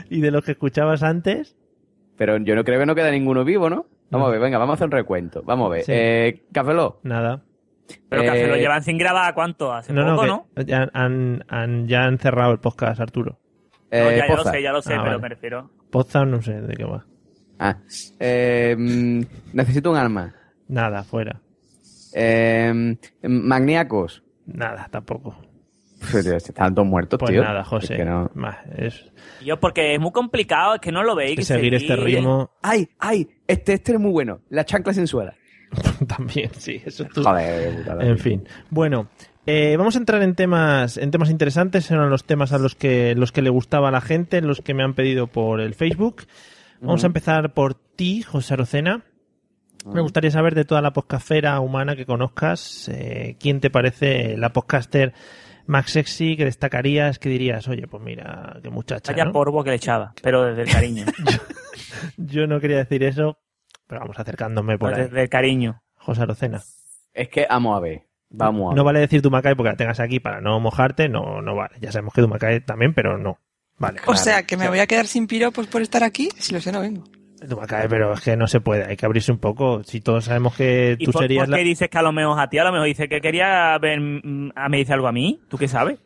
y de los que escuchabas antes,
Pero yo no creo que no queda ninguno vivo, ¿no? Vamos a ver, venga, vamos a hacer un recuento. Vamos a ver.
Sí.
Eh, Cafeló.
nada.
Pero que se lo
Eh,
llevan sin grabar, ¿cuánto? Hace
No, no,
poco,
que
¿no?
Ya, han, han- ya han cerrado el podcast, Arturo.
No,
eh,
ya, ya lo
Poza.
sé, ya lo sé,
Ah,
pero
vale.
me refiero.
Podcast no sé de qué va.
Ah, eh, mm, necesito un arma.
Nada, fuera.
Eh, magníacos.
Nada, tampoco.
Están todos muertos,
Pues
tío.
nada, José.
Es que no-
Más, es-
Yo, porque es muy complicado, es que no lo veis.
que seguir este ritmo. *laughs*
Ay, ay, este, este es muy bueno. La chancla sensual.
También, sí. Eso tú-
Joder, qué putada.
En fin. Bueno, eh, vamos a entrar en temas, en temas interesantes. Eran los temas a los que, los que le gustaba a la gente, los que me han pedido por el Facebook. Vamos
Ujú.
a empezar por ti, José Arocena. Me gustaría saber de toda la podcastfera humana que conozcas, eh, quién te parece la podcaster más sexy que destacarías, que dirías, oye, pues mira, qué muchacha.
Vaya
¿no?
porbo que le echaba, pero desde el
*laughs*
cariño.
Yo no quería decir eso, pero vamos acercándome por
Pues
ahí.
desde el cariño.
José Arocena.
Es que vamos a ver. Vamos a
No
ver.
vale decir tu Macay porque la tengas aquí para no mojarte, no, no vale. Ya sabemos que tu Macay también, pero no. Vale.
O sea, que me voy a quedar sin piropos por estar aquí. Si lo sé, no vengo.
Tu Macay, pero es que no se puede, hay que abrirse un poco. Si todos sabemos que
¿Y
tú
por,
serías
por
la...
qué dices que a lo mejor a ti? A lo mejor dices que quería ver, mm, a me dice algo a mí. ¿Tú qué sabes?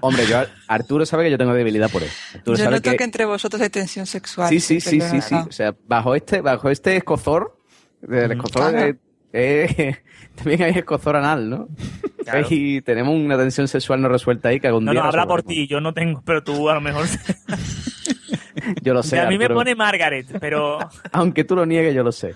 Hombre, yo, Arturo sabe que yo tengo debilidad por él. Arturo
Yo
sabe
noto que...
que...
entre vosotros hay tensión sexual.
Sí, sí, sí,
siempre
sí,
lo he
sí.
notado.
O sea, bajo este, bajo este escozor, del escozor
Claro.
eh, eh, *laughs* también hay escozor anal, ¿no?
Claro.
Y tenemos una tensión sexual no resuelta ahí que algún
No,
día
no, habla por
resolveremos.
ti. Yo no tengo, pero tú a
*laughs*
lo mejor...
Yo lo sé.
*laughs* a mí me
Arturo.
pone Margaret, pero...
Aunque tú lo niegues, yo lo sé.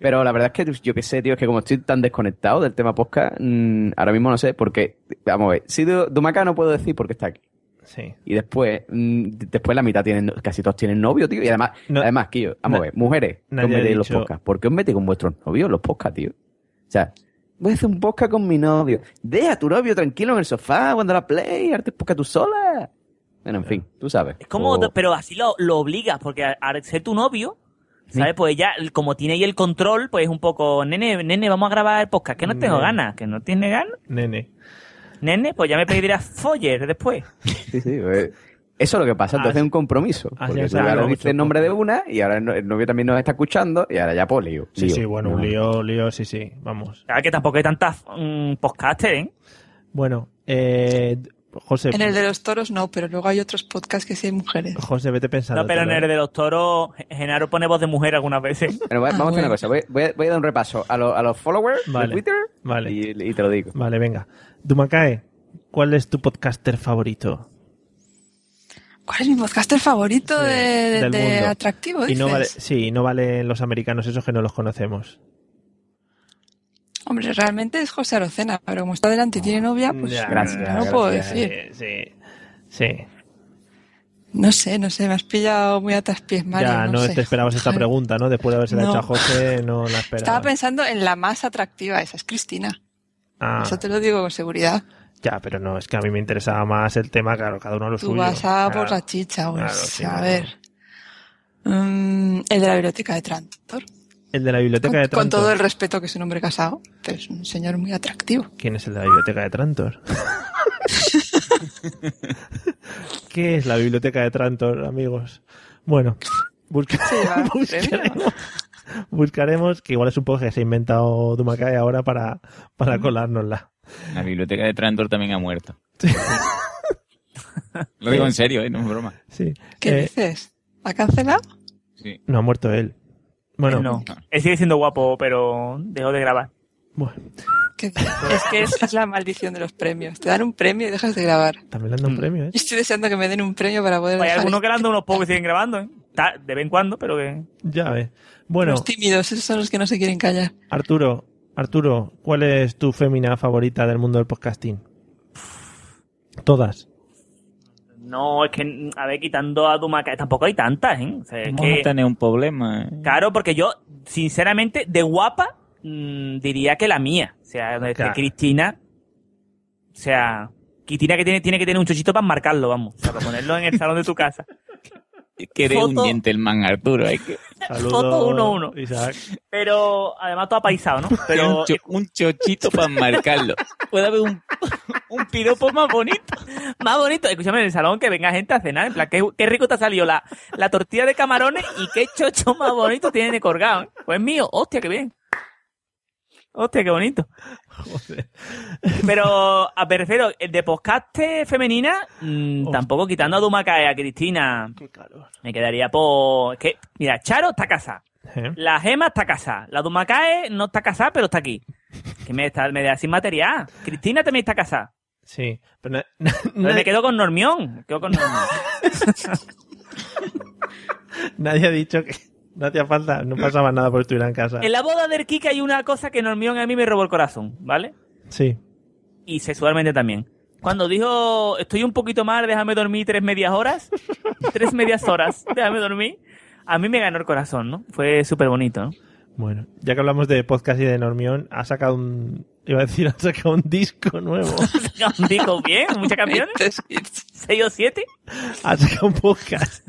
Pero la verdad es que yo qué sé, tío, es que como estoy tan desconectado del tema podcast, mm, ahora mismo no sé, porque, vamos a ver, si de Dumaca no puedo decir porque está aquí.
Sí.
Y después, mm, después la mitad tienen, casi todos tienen novio, tío. Y además, además, tío, vamos a
na-
ver, mujeres, que os
nadie ha
metéis en los
dicho-
podcasts? ¿Por qué os metéis con vuestros novios en los podcasts, tío? O sea, voy a hacer un podcast con mi novio. Deja a tu novio tranquilo en el sofá, cuando la play, arte podcast tú sola. Bueno, en fin, tú sabes.
¿Cómo?
O-
Pero así lo, lo obligas, porque a- al ser tu novio, ¿sabes? Pues ella, como tiene ahí el control, pues es un poco, nene, nene, vamos a grabar el podcast, que no tengo
Nene.
ganas, que no tiene ganas.
Nene.
Nene, pues ya me *laughs* pedirás Foller después.
Sí, sí, pues, eso es lo que pasa,
Ah,
entonces es un compromiso.
así
Porque
es,
tú ahora
claro,
dices el nombre de una y ahora el no- el novio también nos está escuchando y ahora ya pues lío.
Sí,
lío.
sí, bueno, un
No.
lío, lío, sí, sí, vamos.
Claro que tampoco hay tantas mm, podcasters, ¿eh?
Bueno, eh, José,
En el de los toros no, pero luego hay otros podcasts que sí hay mujeres.
José, vete pensando.
No, pero en el de los toros, Genaro pone voz de mujer algunas
*laughs*
veces.
Bueno, va- vamos a hacer una cosa, voy, voy a, voy a dar un repaso a, lo- a los followers
Vale.
de Twitter
Vale.
y, y te lo digo.
Vale, venga. Dumacae, ¿cuál es tu podcaster favorito?
¿Cuál es mi podcaster favorito de, de-
del
de
mundo?
atractivo?
Y no
dices?
vale, sí, no valen los americanos esos que no los conocemos.
Hombre, realmente es José Arocena, pero como está delante y tiene novia, pues
Ya,
no
gracias,
puedo
gracias.
decir.
Sí, sí.
No sé, no sé, me has pillado muy a traspiés, Mario.
ya, no,
sé.
te esperabas
*laughs*
esta
Joder.
pregunta, ¿no? Después de haberse la
No.
hecho a José, no la
Estaba
esperaba.
pensando en la más atractiva, esa es Cristina.
Ah,
Eso te lo digo con seguridad.
ya, pero no, es que a mí me interesaba más el tema, claro, cada uno a lo
Tú
suyo.
vas a por
Claro.
la chicha, pues,
Claro, sí,
a
claro.
ver. Mm, el de la biblioteca de Trantor.
El de la biblioteca de Trantor.
Con todo el respeto que es un hombre casado, pero es un señor muy atractivo.
¿Quién es el de la biblioteca de Trantor? *laughs* ¿Qué es la biblioteca de Trantor, amigos? Bueno,
*laughs*
busca- *laughs*
¿eh?
buscaremos, buscaremos, que igual es un poco que se ha inventado Dumacay ahora para, para colárnosla.
La biblioteca de Trantor también ha muerto. *laughs* Lo digo en serio, ¿eh? no es broma.
Sí.
¿Qué
Eh,
dices? ¿Ha cancelado?
No ha muerto él. Bueno,
Él *laughs* no. Él sigue siendo guapo, pero dejó de grabar.
¿Qué dices? es que es, es la maldición de los premios. Te dan un premio y dejas de grabar.
también le han dado un premio, ¿eh?
Yo estoy deseando que me den un premio para poder
Pues Hay
dejar
algunos
esto.
que le han dado unos pocos y siguen grabando, ¿eh? Ta- De vez en cuando, pero que...
Ya ves. Bueno,
Los tímidos, esos son los que no se quieren callar.
Arturo, Arturo, ¿cuál es tu fémina favorita del mundo del podcasting? Todas.
No, es que, a ver, quitando a Dumaca, tampoco hay tantas, ¿eh? O sea, es
Vamos a
que-
tener un problema. ¿eh?
Claro, porque yo, sinceramente, de guapa, mm, diría que la mía. O sea, de- de
Claro.
Cristina. O sea, Cristina que tiene, tiene que tener un chochito para marcarlo, vamos. O sea, para ponerlo en el salón de tu casa.
Que eres
Foto-
un gentleman, Arturo. hay que-
Foto 1-1.
Isaac.
Pero, además, todo apaisado, ¿no?
Tiene
Pero
un, cho- un chochito para marcarlo. Puede haber un, un piropo más bonito.
Más bonito, escúchame en el salón que venga gente a cenar. En plan, qué, qué rico te ha salido la, la tortilla de camarones y qué chocho más bonito tiene de colgado. ¿eh? Pues mío, hostia, qué bien. Hostia, qué bonito. Pero, a ver, pero de podcast femenina, mm, tampoco quitando a Dumaca y a Cristina, me quedaría por. es que, mira, Charo está casada.
*laughs* ¿Eh?
La Gema está casada. La Dumacae no está casada, pero está aquí. Que me está me da sin material. Cristina también está casada.
Sí. Pero na- *laughs*
Pero me quedo con Normión. me quedo con Normión.
Nadie ha dicho que, No hacía falta, no pasaba nada porque estuviera en casa.
En la boda del Kika hay una cosa que Normión a mí me robó el corazón, ¿vale?
Sí.
Y sexualmente también. Cuando dijo, estoy un poquito mal, déjame dormir tres medias horas, *laughs* tres medias horas, déjame dormir, a mí me ganó el corazón, ¿no? Fue súper bonito, ¿no? *laughs*
Bueno, ya que hablamos de podcast y de Normión, ha sacado un. Iba a decir, ha sacado un disco
*laughs*
nuevo.
Un disco bien, muchas canciones. ¿Seis o siete?
ha sacado un podcast.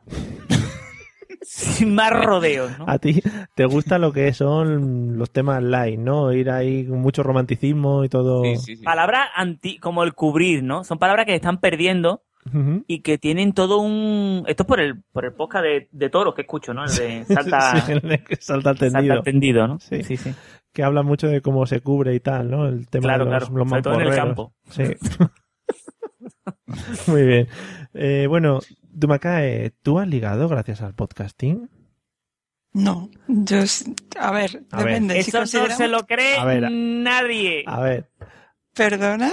Sin más rodeos, ¿no?
A ti te gusta lo que son los temas light, ¿no? Ir ahí con mucho romanticismo y todo.
Palabras anti, como el cubrir, ¿no? Son palabras que se están perdiendo
Ujú.
y que tienen todo un... Esto es por el, por el podcast de, de toros que escucho, ¿no? El de Salta...
*laughs* Sí, el que salta tendido.
Salta tendido, ¿no?
Sí.
sí.
Que habla mucho de cómo se cubre y tal, ¿no? El tema
Claro,
de los,
claro.
los
Sobre todo en el
mamporreros. Sí. *laughs* Muy bien. Eh, bueno, Dumakae, ¿tú has ligado gracias al podcasting?
No, yo, s- a ver,
A ver.
depende. si
Eso no
consideramos-
se lo cree
A ver, a-
nadie.
A ver.
¿Perdona?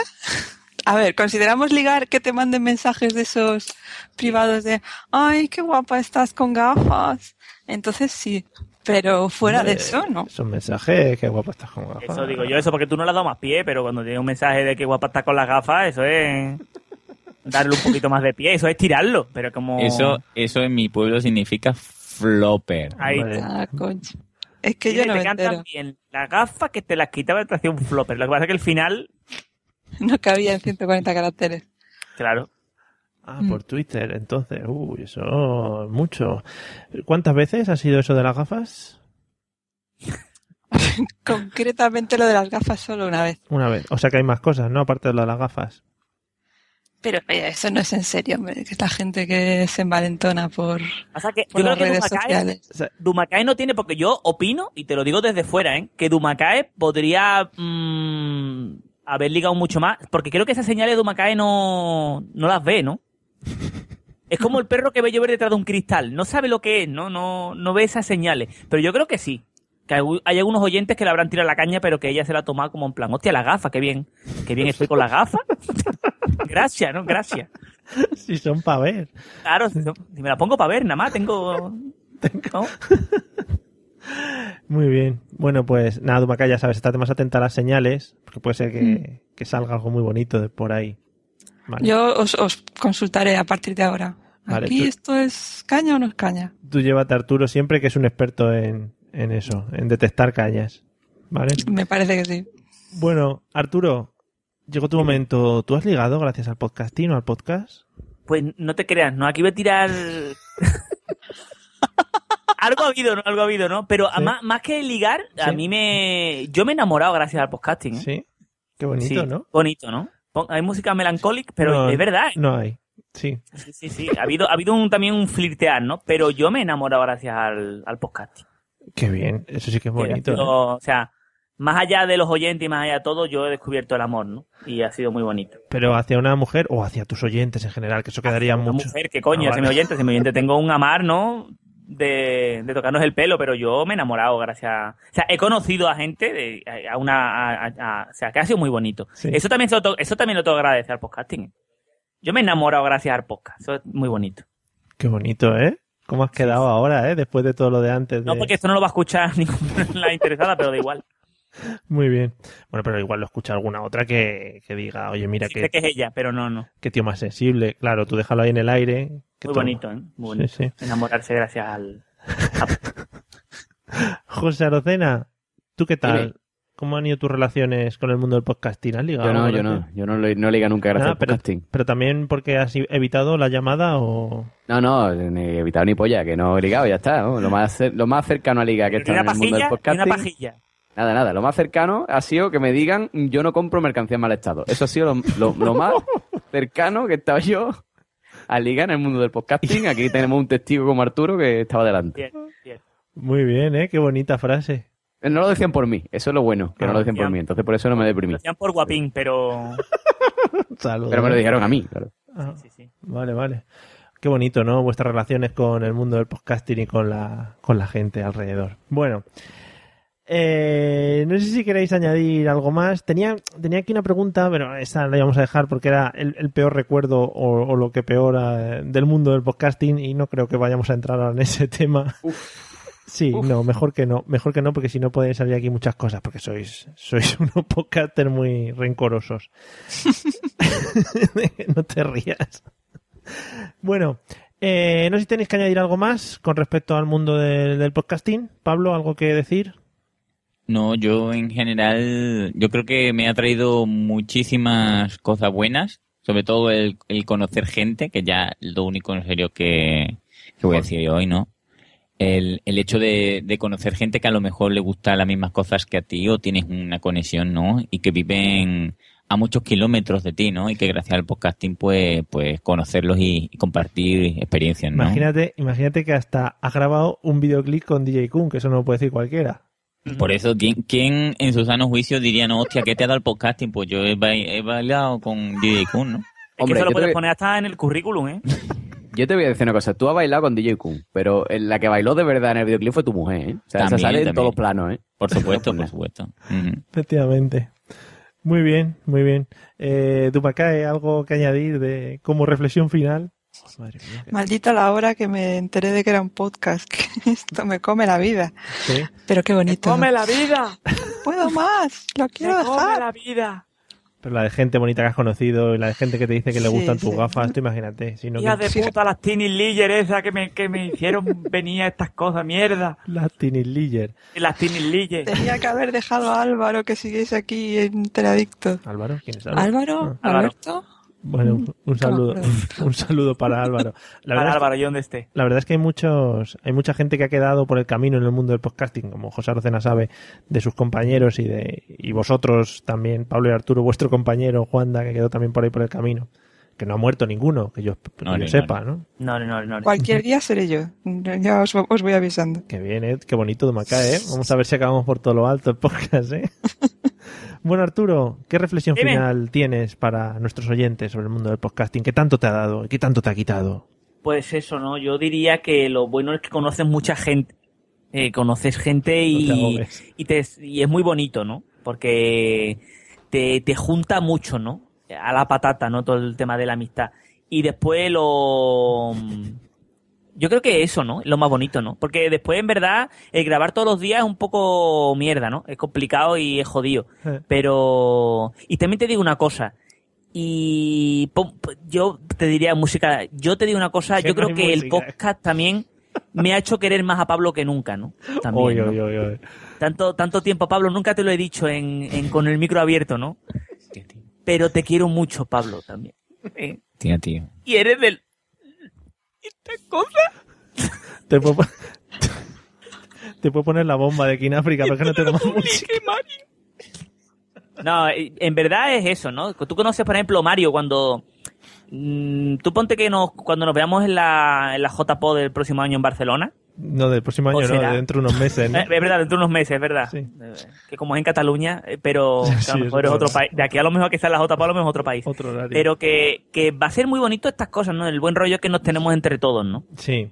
A ver, ¿consideramos ligar que te manden mensajes de esos privados de ay, qué guapa estás con gafas? Entonces sí, pero fuera de
Eh,
eso, no.
Son mensajes, qué guapo estás con gafas.
Eso digo yo, eso porque tú no le has dado más pie, pero cuando tiene un mensaje de que guapa está con las gafas, eso es darle un poquito más de pie, eso es tirarlo, pero como...
Eso, eso en mi pueblo significa flopper.
Ahí.
Ah, concha. Es que yo
Dile,
no
te
me
cantan
entero.
bien las gafas que te las quitaba y te hacía un flopper. Lo que pasa es que el final,
*laughs* No cabía en 140 caracteres.
claro,
Ah,
Mm.
por Twitter, entonces. Uy, eso, mucho. ¿Cuántas veces ha sido eso de las gafas?
Concretamente lo de las gafas solo una vez.
Una vez. O sea que hay más cosas, ¿no? Aparte de lo de las gafas. *laughs*
Pero oye, eso no es en serio, hombre, que es la gente que se envalentona por,
O sea que
por
yo
las
creo que
redes
Dumacay,
sociales.
Dumacay no tiene, porque yo opino, y te lo digo desde fuera, ¿eh? que Dumacay podría mm, haber ligado mucho más, porque creo que esas señales Dumacay no, no las ve, ¿no? Es como el perro que ve llover detrás de un cristal, no sabe lo que es, ¿no? No, no ve esas señales, pero yo creo que sí. Que hay- hay algunos oyentes que le habrán tirado la caña, pero que ella se la ha tomado como en plan, hostia, la gafa, qué bien, qué bien estoy con la gafa. *laughs* Gracias, ¿no? Gracias.
Sí, son para ver.
Claro, si no- si me la pongo para ver, nada más, tengo... ¿no?
Muy bien. Bueno, pues nada, Dumacá, ya sabes, estate más atenta a las señales, porque puede ser que,
Mm.
que salga algo muy bonito de por ahí. Vale.
Yo os, os consultaré a partir de ahora.
Vale,
¿Aquí
tú-
esto es caña o no es caña?
Tú llévate a Arturo siempre, que es un experto en, en eso, en detectar cañas. ¿Vale?
Me parece que sí.
Bueno, Arturo, llegó tu momento. ¿Tú has ligado gracias al podcasting o al podcast?
Pues no te creas, ¿no? Aquí voy a tirar... Algo ha habido, ¿no? Algo ha habido, ¿no? Pero a
Sí.
más, más que ligar, a
Sí.
mí me... Yo me he enamorado gracias al podcasting. ¿eh?
Sí. Qué bonito,
Sí,
¿no?
Bonito, ¿no? Pon- Hay música melancólica, pero
No,
es verdad. ¿eh?
No hay. Sí.
Sí, sí, sí. Ha habido, ha habido un, también un flirtear, ¿no? Pero yo me he enamorado gracias al, al podcasting.
Qué bien. Eso sí que es bonito.
Ha sido-
¿eh?
O sea, más allá de los oyentes y más allá de todo, yo he descubierto el amor, ¿no? Y ha sido muy bonito.
¿eh? Pero hacia una mujer o hacia tus oyentes en general, que eso quedaría
Una
mucho.
mujer, que coño,
Ah,
si
vale.
me oyente, si me oyente, tengo
*laughs*
un amar, ¿no? De, de tocarnos el pelo, pero yo me he enamorado gracias a... O sea, he conocido a gente, de- a a una... a- a- a- o sea, que ha sido muy bonito.
Sí.
Eso, también se lo to- eso también lo tengo que agradecer al podcasting. Yo me he enamorado gracias al podcast, eso es muy bonito.
Qué bonito, ¿eh? ¿Cómo has quedado ahora, eh? Después de todo lo de antes.
No
de-
porque esto no lo va a escuchar *laughs* ninguna interesada, pero da igual.
Muy bien. Bueno, pero igual lo escucha alguna otra que, que diga, oye, mira,
Sé
qué,
que es ella, pero no, no.
qué tío más sensible. Claro, tú déjalo ahí en el aire. que
Muy
todo-
bonito, ¿eh? Muy bonito.
Sí, sí.
Enamorarse gracias al...
José Arocena, ¿tú qué tal?
Dime.
¿Cómo han ido tus relaciones con el mundo del podcasting? ¿Has ligado?
Yo no,
algo
yo no.
gracias?
Yo no, le- no liga nunca gracias
Nada,
al
pero,
podcasting.
pero también porque has evitado la llamada o...
No, no, ni he evitado ni polla, que no he ligado, ya está. ¿no? Lo, más, cer- lo más cercano a liga que
Ni
está en
una
el mundo
pajilla, ni
del
una
podcasting.
pajilla.
Nada, nada. Lo más cercano ha sido que me digan yo no compro mercancía en mal estado. Eso ha sido lo, lo-
*laughs*
lo más cercano que estaba yo a ligar en el mundo del podcasting. Aquí tenemos un testigo como Arturo que estaba delante.
Bien, bien.
Muy bien, ¿eh? Qué bonita frase.
No lo decían por mí, eso es lo bueno, que no lo decían por mí. Entonces por eso no me deprimí.
Decían por guapín, pero...
Saludos.
Pero me lo dijeron a mí, claro.
Ah, Vale, vale. Qué bonito, ¿no? Vuestras relaciones con el mundo del podcasting y con la, con la gente alrededor. Bueno, eh, no sé si queréis añadir algo más. Tenía, tenía aquí una pregunta, pero esa la íbamos a dejar porque era el, el peor recuerdo o, o lo que peor eh, del mundo del podcasting y no creo que vayamos a entrar ahora en ese tema. Sí, no, mejor que no, mejor que no, porque si no pueden salir aquí muchas cosas, porque sois, sois *laughs* unos podcasters muy rencorosos. *laughs* no te rías. Bueno, eh, no sé si tenéis que añadir algo más con respecto al mundo del, del podcasting. Pablo, ¿algo que decir?
No, yo en general, yo creo que me ha traído muchísimas cosas buenas, sobre todo el, el conocer gente, que ya es lo único en serio que, que voy a decir hoy, ¿no? El, el hecho de, de conocer gente que a lo mejor le gusta las mismas cosas que a ti o tienes una conexión, ¿no? Y que viven a muchos kilómetros de ti, ¿no? Y que gracias al podcasting, pues, pues conocerlos y, y compartir experiencias, ¿no?
Imagínate, imagínate que hasta has grabado un videoclip con DJ Kun, que eso no lo puede decir cualquiera.
Por eso, ¿quién, quién en su sano juicio diría, no, hostia, ¿qué te ha dado el podcasting? Pues yo he, ba- he bailado con DJ Kun, ¿no?
Es que eso lo puedes poner hasta en el currículum, ¿eh?
Yo te voy a decir una cosa, tú has bailado con DJ Kun, pero en la que bailó de verdad en el videoclip fue tu mujer, ¿eh? O sea, esa
También,
sale en
también.
todos los planos, ¿eh?
Por supuesto, por supuesto.
Efectivamente. Muy bien, muy bien. Eh, Dupacae, ¿algo que añadir de como reflexión final?
Maldita la hora que me enteré de que era un podcast. *laughs* que Esto me come la vida.
Sí.
Pero qué bonito.
¡Come
¿no?
la vida!
¡Puedo más! ¡Lo quiero
Me come
dejar!
la vida!
Pero la de gente bonita que has conocido y la de gente que te dice que le
Sí,
gustan
sí.
tus gafas, tú imagínate. Si no
Hija
que-
de puta, las Tiny Liger esas que me, que me hicieron *laughs* venir a estas cosas, mierda.
La Tiny Liger.
Las Tiny Liger.
Tenía que haber dejado a Álvaro que siguiese aquí enteradicto.
¿Álvaro? ¿Quién es Álvaro?
¿Álvaro?
Ah.
¿Alberto?
Bueno, un- un saludo, *laughs* un saludo
*laughs*
para Álvaro. La
Mm. Para
verdad,
Álvaro,
es
yo donde esté.
que, la verdad es que hay muchos, hay mucha gente que ha quedado por el camino en el mundo del podcasting, como José Arocena sabe, de sus compañeros y de, y vosotros también, Pablo y Arturo, vuestro compañero, Juanda, que quedó también por ahí por el camino. Que no ha muerto ninguno, que yo, que
No,
yo
no, no,
sepa,
no.
¿no?
No, no, no, no.
Cualquier día seré yo. Ya os, os voy avisando.
Qué bien, ¿eh? Qué bonito Dumacá, ¿eh? Vamos a ver si acabamos por todo lo alto el podcast,
*laughs*
¿eh? bueno, Arturo, ¿qué reflexión
Dime.
final tienes para nuestros oyentes sobre el mundo del podcasting? ¿Qué tanto te ha dado y qué tanto te ha quitado?
Pues eso, ¿no? Yo diría que lo bueno es que conoces mucha gente. Eh, conoces gente
No te
y,
ahogues.
y, te- y es muy bonito, ¿no? Porque te, te junta mucho, ¿no? A la patata, ¿no? Todo el tema de la amistad. Y después lo... Yo creo que eso, ¿no? Es Lo más bonito, ¿no? Porque después, en verdad, el grabar todos los días es un poco mierda, ¿no? Es complicado y es jodido.
Eh.
Pero... Y también te digo una cosa. Y pon- pon- yo te diría música... Yo te digo una cosa.
Que
yo
no
creo
hay
que el
música.
podcast también me ha hecho querer más a Pablo que
*laughs*
nunca, ¿no? También,
Oy,
¿no?
oy, oy, oy.
Tanto, tanto tiempo, Pablo, nunca te lo he dicho en, en- con el micro abierto, ¿no? Pero te quiero mucho, Pablo, también. Eh,
Tía, tío.
Y eres del... ¿Esta cosa?
Te puedo, po- *laughs* te puedo poner la bomba de aquí en África, pero que no tengo más música.
No, eh, en verdad es eso, ¿no? Tú conoces, por ejemplo, Mario, cuando... mm, tú ponte que nos, cuando nos veamos en la, en la JPO del próximo año en Barcelona.
No, del próximo
¿O
año, no,
será?
de dentro de unos meses. ¿no?
*laughs* Eh, es verdad, dentro de unos meses, es verdad. Eh, Que como es en Cataluña, eh, pero que a
Sí,
lo mejor
es
es otro
verdad.
país. De aquí a lo mejor que sea la JPO, a lo mejor es otro país.
Otro horario.
Pero que, que va a ser muy bonito estas cosas, ¿no? El buen rollo que nos tenemos entre todos, ¿no?
Sí.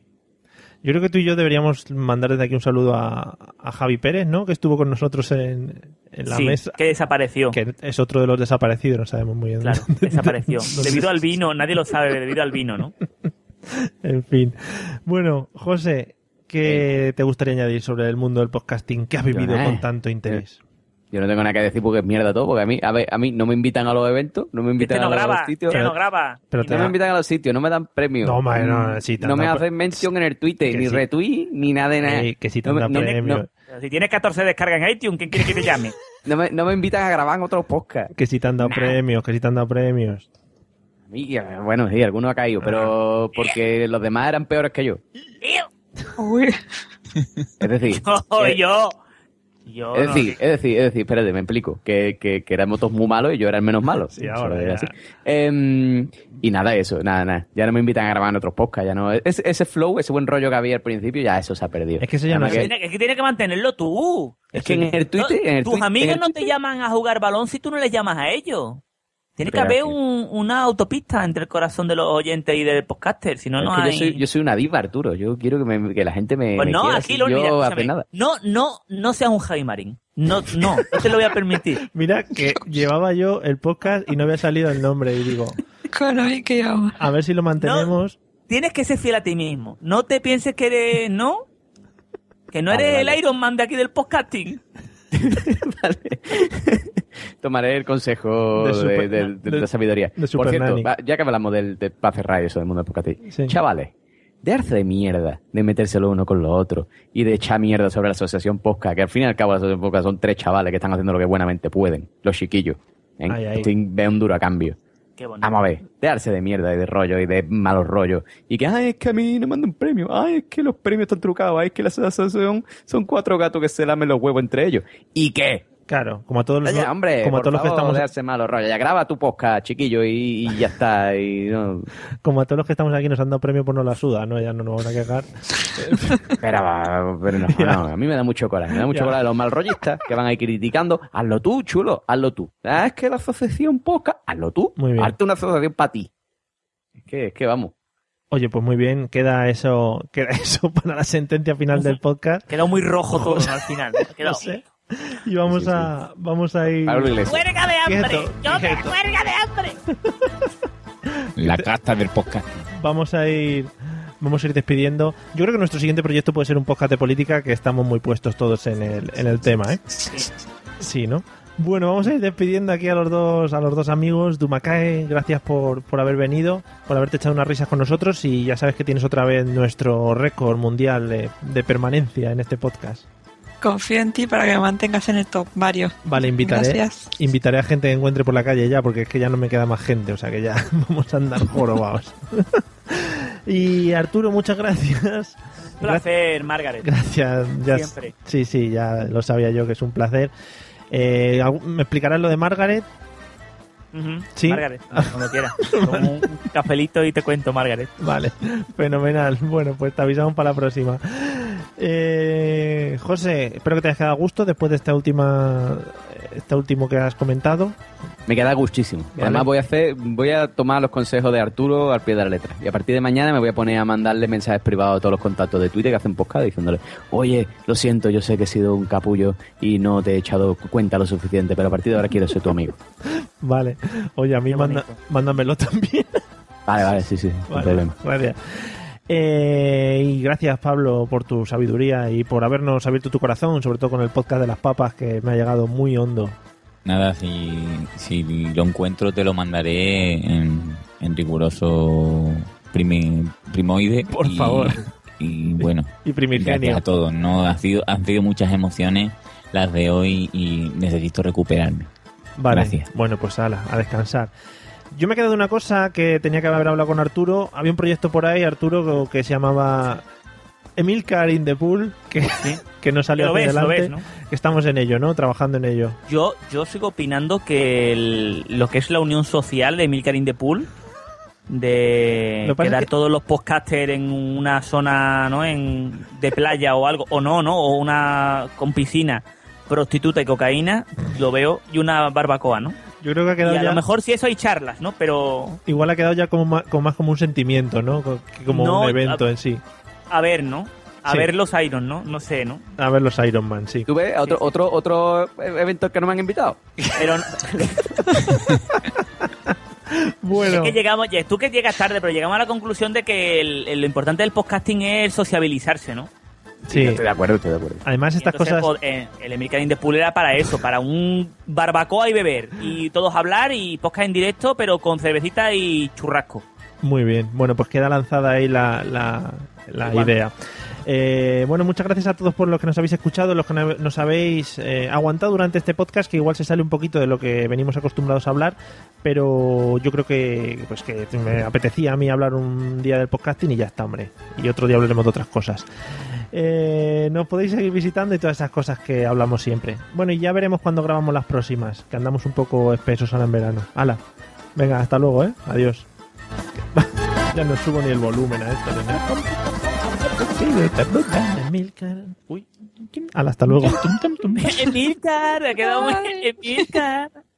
Yo creo que tú y yo deberíamos mandar desde aquí un saludo a, a Javi Pérez, ¿no? Que estuvo con nosotros en, en la
Sí,
mesa.
Que desapareció.
Que es otro de los desaparecidos, *laughs* no sabemos muy bien.
Claro,
dónde-
desapareció.
dónde-
debido al vino, nadie lo sabe, debido al vino,
*laughs*
¿no?
En fin. Bueno, José, ¿qué
Eh.
te gustaría añadir sobre el mundo del podcasting que has vivido
nada.
con tanto interés?
Yo no tengo nada que decir porque es mierda todo, porque a mí, a ver, a mí no me invitan a los eventos, no me invitan
Este no
a los
graba,
sitios.
este no graba.
Pero te
no me
da-
invitan a los sitios, no me dan premios.
No, hombre, no, no, sí, te
no
han
me
dado
hacen mención en el Twitter,
Que
ni
sí.
retweet, ni nada de
Eh,
nada.
Ey, Eh, que sí te han
No me-
dado
no me-
premio.
no-
Si tienes 14 descargas en iTunes, ¿quién quiere que te
*laughs*
llame?
No me, no me invitan a grabar en otros podcasts.
Que si te han dado premios, que si te han dado premios.
Y, eh, Bueno, sí, alguno ha caído,
Ah.
pero porque los demás eran peores que yo.
Uy,
*laughs*
Es decir,
Yo, yo. Yo
Es
no-
decir, es decir, es decir, espérate, me explico. Que, que, que éramos todos muy malos y yo era el menos malo.
Sí, ahora
Solo era
ya.
así. Em, y nada, eso, nada, nada. Ya no me invitan a grabar en otros podcasts. Ya no, ese, ese flow, ese buen rollo que había al principio, ya eso se ha perdido. Es que
eso
Pero tiene- es que tienes que mantenerlo tú.
Es que en el Twitter. en el
Tus
Twitter- en
amigos
el
no te llaman a jugar balón si tú no les llamas a ellos. Tiene que
Pero
haber
es que-
un- una autopista entre el corazón de los oyentes y del podcaster, si no,
Es
no
que
hay...
yo, soy, yo soy una diva, Arturo. Yo quiero que, me- que la gente me.
Pues
me
no,
quiera
aquí
sin
lo
yo
mira, escúchame, *laughs*
hacer nada. *laughs*
No, no, no seas un Javi Marín. No, no, no te lo voy a permitir.
Mira
*laughs*
que llevaba yo el podcast y no había salido el nombre y digo, a ver si lo mantenemos.
Tienes que ser fiel a ti mismo. No te pienses que eres, ¿no? Que no
Vale,
eres
vale.
el Iron Man de aquí del podcasting.
Tomaré el consejo
De
de,
super-
de- de- de la sabiduría.
de
Por
super
cierto,
nani.
va- ya que hablamos del, de para cerrar eso del mundo del podcasting. Chavales, de arce de mierda, de metérselo uno con lo otro y de echar mierda sobre la asociación Posca, que al fin y al cabo la asociación Posca son tres chavales que están haciendo lo que buenamente pueden, los chiquillos, ¿eh?
Ay, ay.
sin ver un duro a cambio.
Qué bonito.
Vamos a ver, de arce de mierda y de rollo y de malos rollos. Y que, ay, es que a mí no me mandan premio. Ay, es que los premios están trucados. Ay, es que la asociación son cuatro gatos que se lamen los huevos entre ellos. ¿Y qué?
Claro, como a todos los,
Oye, hombre,
como a
por
todos los que
favor,
estamos
de arce malos rollos. Ya graba tu podcast, chiquillo, y, y ya está. Y, no.
como a todos los que estamos aquí nos han dado premio por no la suda, no ya no nos vamos a quejar.
Pero, va,
*laughs*
pero no, no, a mí me da mucho coraje. Me da mucho
Ya.
coraje los malrollistas que van ahí criticando. Hazlo tú, chulo, hazlo tú. Ah, es que la asociación poca, hazlo tú.
Muy bien.
Hazte una asociación para ti. Es que, es que vamos.
Oye, pues muy bien, queda eso, *laughs* queda eso para la sentencia final del podcast.
Quedó muy rojo todo al final.
*laughs*
Quedó.
Y vamos a vamos a ir
Pablo Iglesias.
¡Huelga de hambre!
Quieto,
¡Yo me
quieto.
huelga de hambre!
La casta del podcast.
vamos a ir vamos a ir despidiendo. Yo creo que nuestro siguiente proyecto puede ser un podcast de política que estamos muy puestos todos en el, en el tema, ¿eh? Sí, ¿no? Bueno, vamos a ir despidiendo aquí a los dos a los dos amigos Dumacae, gracias por, por haber venido, por haberte echado unas risas con nosotros y ya sabes que tienes otra vez nuestro récord mundial de, de permanencia en este podcast.
Confío en ti para que me mantengas en el top, Mario.
Vale, invitaré,
Gracias.
invitaré a gente que encuentre por la calle ya, porque es que ya no me queda más gente, o sea que ya *laughs* vamos a andar jorobados. *laughs* y Arturo, muchas gracias.
Un placer, Margaret.
Gracias. ya-
Siempre.
Sí, sí, ya lo sabía yo que es un placer. Eh, ¿algú- ¿Me explicarás lo de Margaret? *laughs*
Ujú.
Sí.
Margaret, cuando quieras. Toma
*laughs*
un un cafelito y te cuento, Margaret.
Vale, fenomenal. Bueno, pues te avisamos para la próxima. Eh, José, espero que te haya quedado a gusto después de esta última, esta último que has comentado.
Me queda gustísimo. Y
Vale.
Además voy a hacer, voy a tomar los consejos de Arturo al pie de la letra. Y a partir de mañana me voy a poner a mandarle mensajes privados a todos los contactos de Twitter que hacen podcast diciéndole, oye, lo siento, yo sé que he sido un capullo y no te he echado cuenta lo suficiente, pero a partir de ahora quiero ser tu amigo.
Vale. Oye, a mí manda- mándamelo *laughs* también.
Vale, vale, sí, sí, no
Vale,
problema.
Gracias. Eh, y gracias Pablo por tu sabiduría y por habernos abierto tu corazón, sobre todo con el podcast de las papas que me ha llegado muy hondo.
Nada, si, si lo encuentro te lo mandaré en, en riguroso primi- primoide.
Por favor.
Y bueno.
Y primigenio.
gracias a todos, ¿no? Ha sido, han sido muchas emociones las de hoy y necesito recuperarme.
Vale.
Gracias.
Bueno, pues ala, a descansar. Yo me he quedado de una cosa que tenía que haber hablado con Arturo. Había un proyecto por ahí, Arturo, que se llamaba Emilcar in the Pool, que, *laughs* que no salió
Lo
hacia
ves, lo
adelante.
ves, ¿no?
Que estamos en ello, ¿no? Trabajando en ello.
Yo, yo sigo opinando que el- lo que es la unión social de Milcar in the Pool, de
Lo que pasa es
quedar
que-
todos los podcasters en una zona no en de playa o algo, o no, ¿no? O una con piscina, prostituta y cocaína, lo veo, y una barbacoa, ¿no?
Yo creo que ha
Y
quedado
a
ya.
lo mejor si eso hay charlas, ¿no? Pero
Igual ha quedado ya como más, como más como un sentimiento, ¿no? Co- que Como
No,
un evento
a-
en sí.
a ver, ¿no? A
Sí.
ver los Iron, ¿no? No sé, ¿no?
A ver los Iron Man, sí.
¿Tú ves otro, otro, otro e-, evento que no me han invitado?
Pero
Bueno.
Es que llegamos, ya, tú que llegas tarde, pero llegamos a la conclusión de que el- el- lo importante del podcasting es sociabilizarse, ¿no?
Sí.
Estoy de acuerdo, estoy de acuerdo.
Además, estas
Entonces,
cosas.
po- eh, el American in the Pool era para eso, para un barbacoa y beber. Y todos hablar y podcast en directo, pero con cervecita y
*laughs*
churrasco.
Muy bien. Bueno, pues queda lanzada ahí la, la- la
Igual.
idea. Eh, bueno, muchas gracias a todos por los que nos habéis escuchado, los que no- nos habéis eh, aguantado durante este podcast, que igual se sale un poquito de lo que venimos acostumbrados a hablar, pero yo creo que pues que me apetecía a mí hablar un día del podcasting y ya está, hombre. Y otro día hablaremos de otras cosas. Eh, nos podéis seguir visitando y todas esas cosas que hablamos siempre. Bueno, y ya veremos cuando grabamos las próximas, que andamos un poco espesos ahora en verano. Hala, venga, hasta luego, ¿eh? Adiós. *laughs* ya no subo ni el volumen a esto. ni nada. Hala, hasta luego.
Emilcar, ha quedado muy... Emilcar.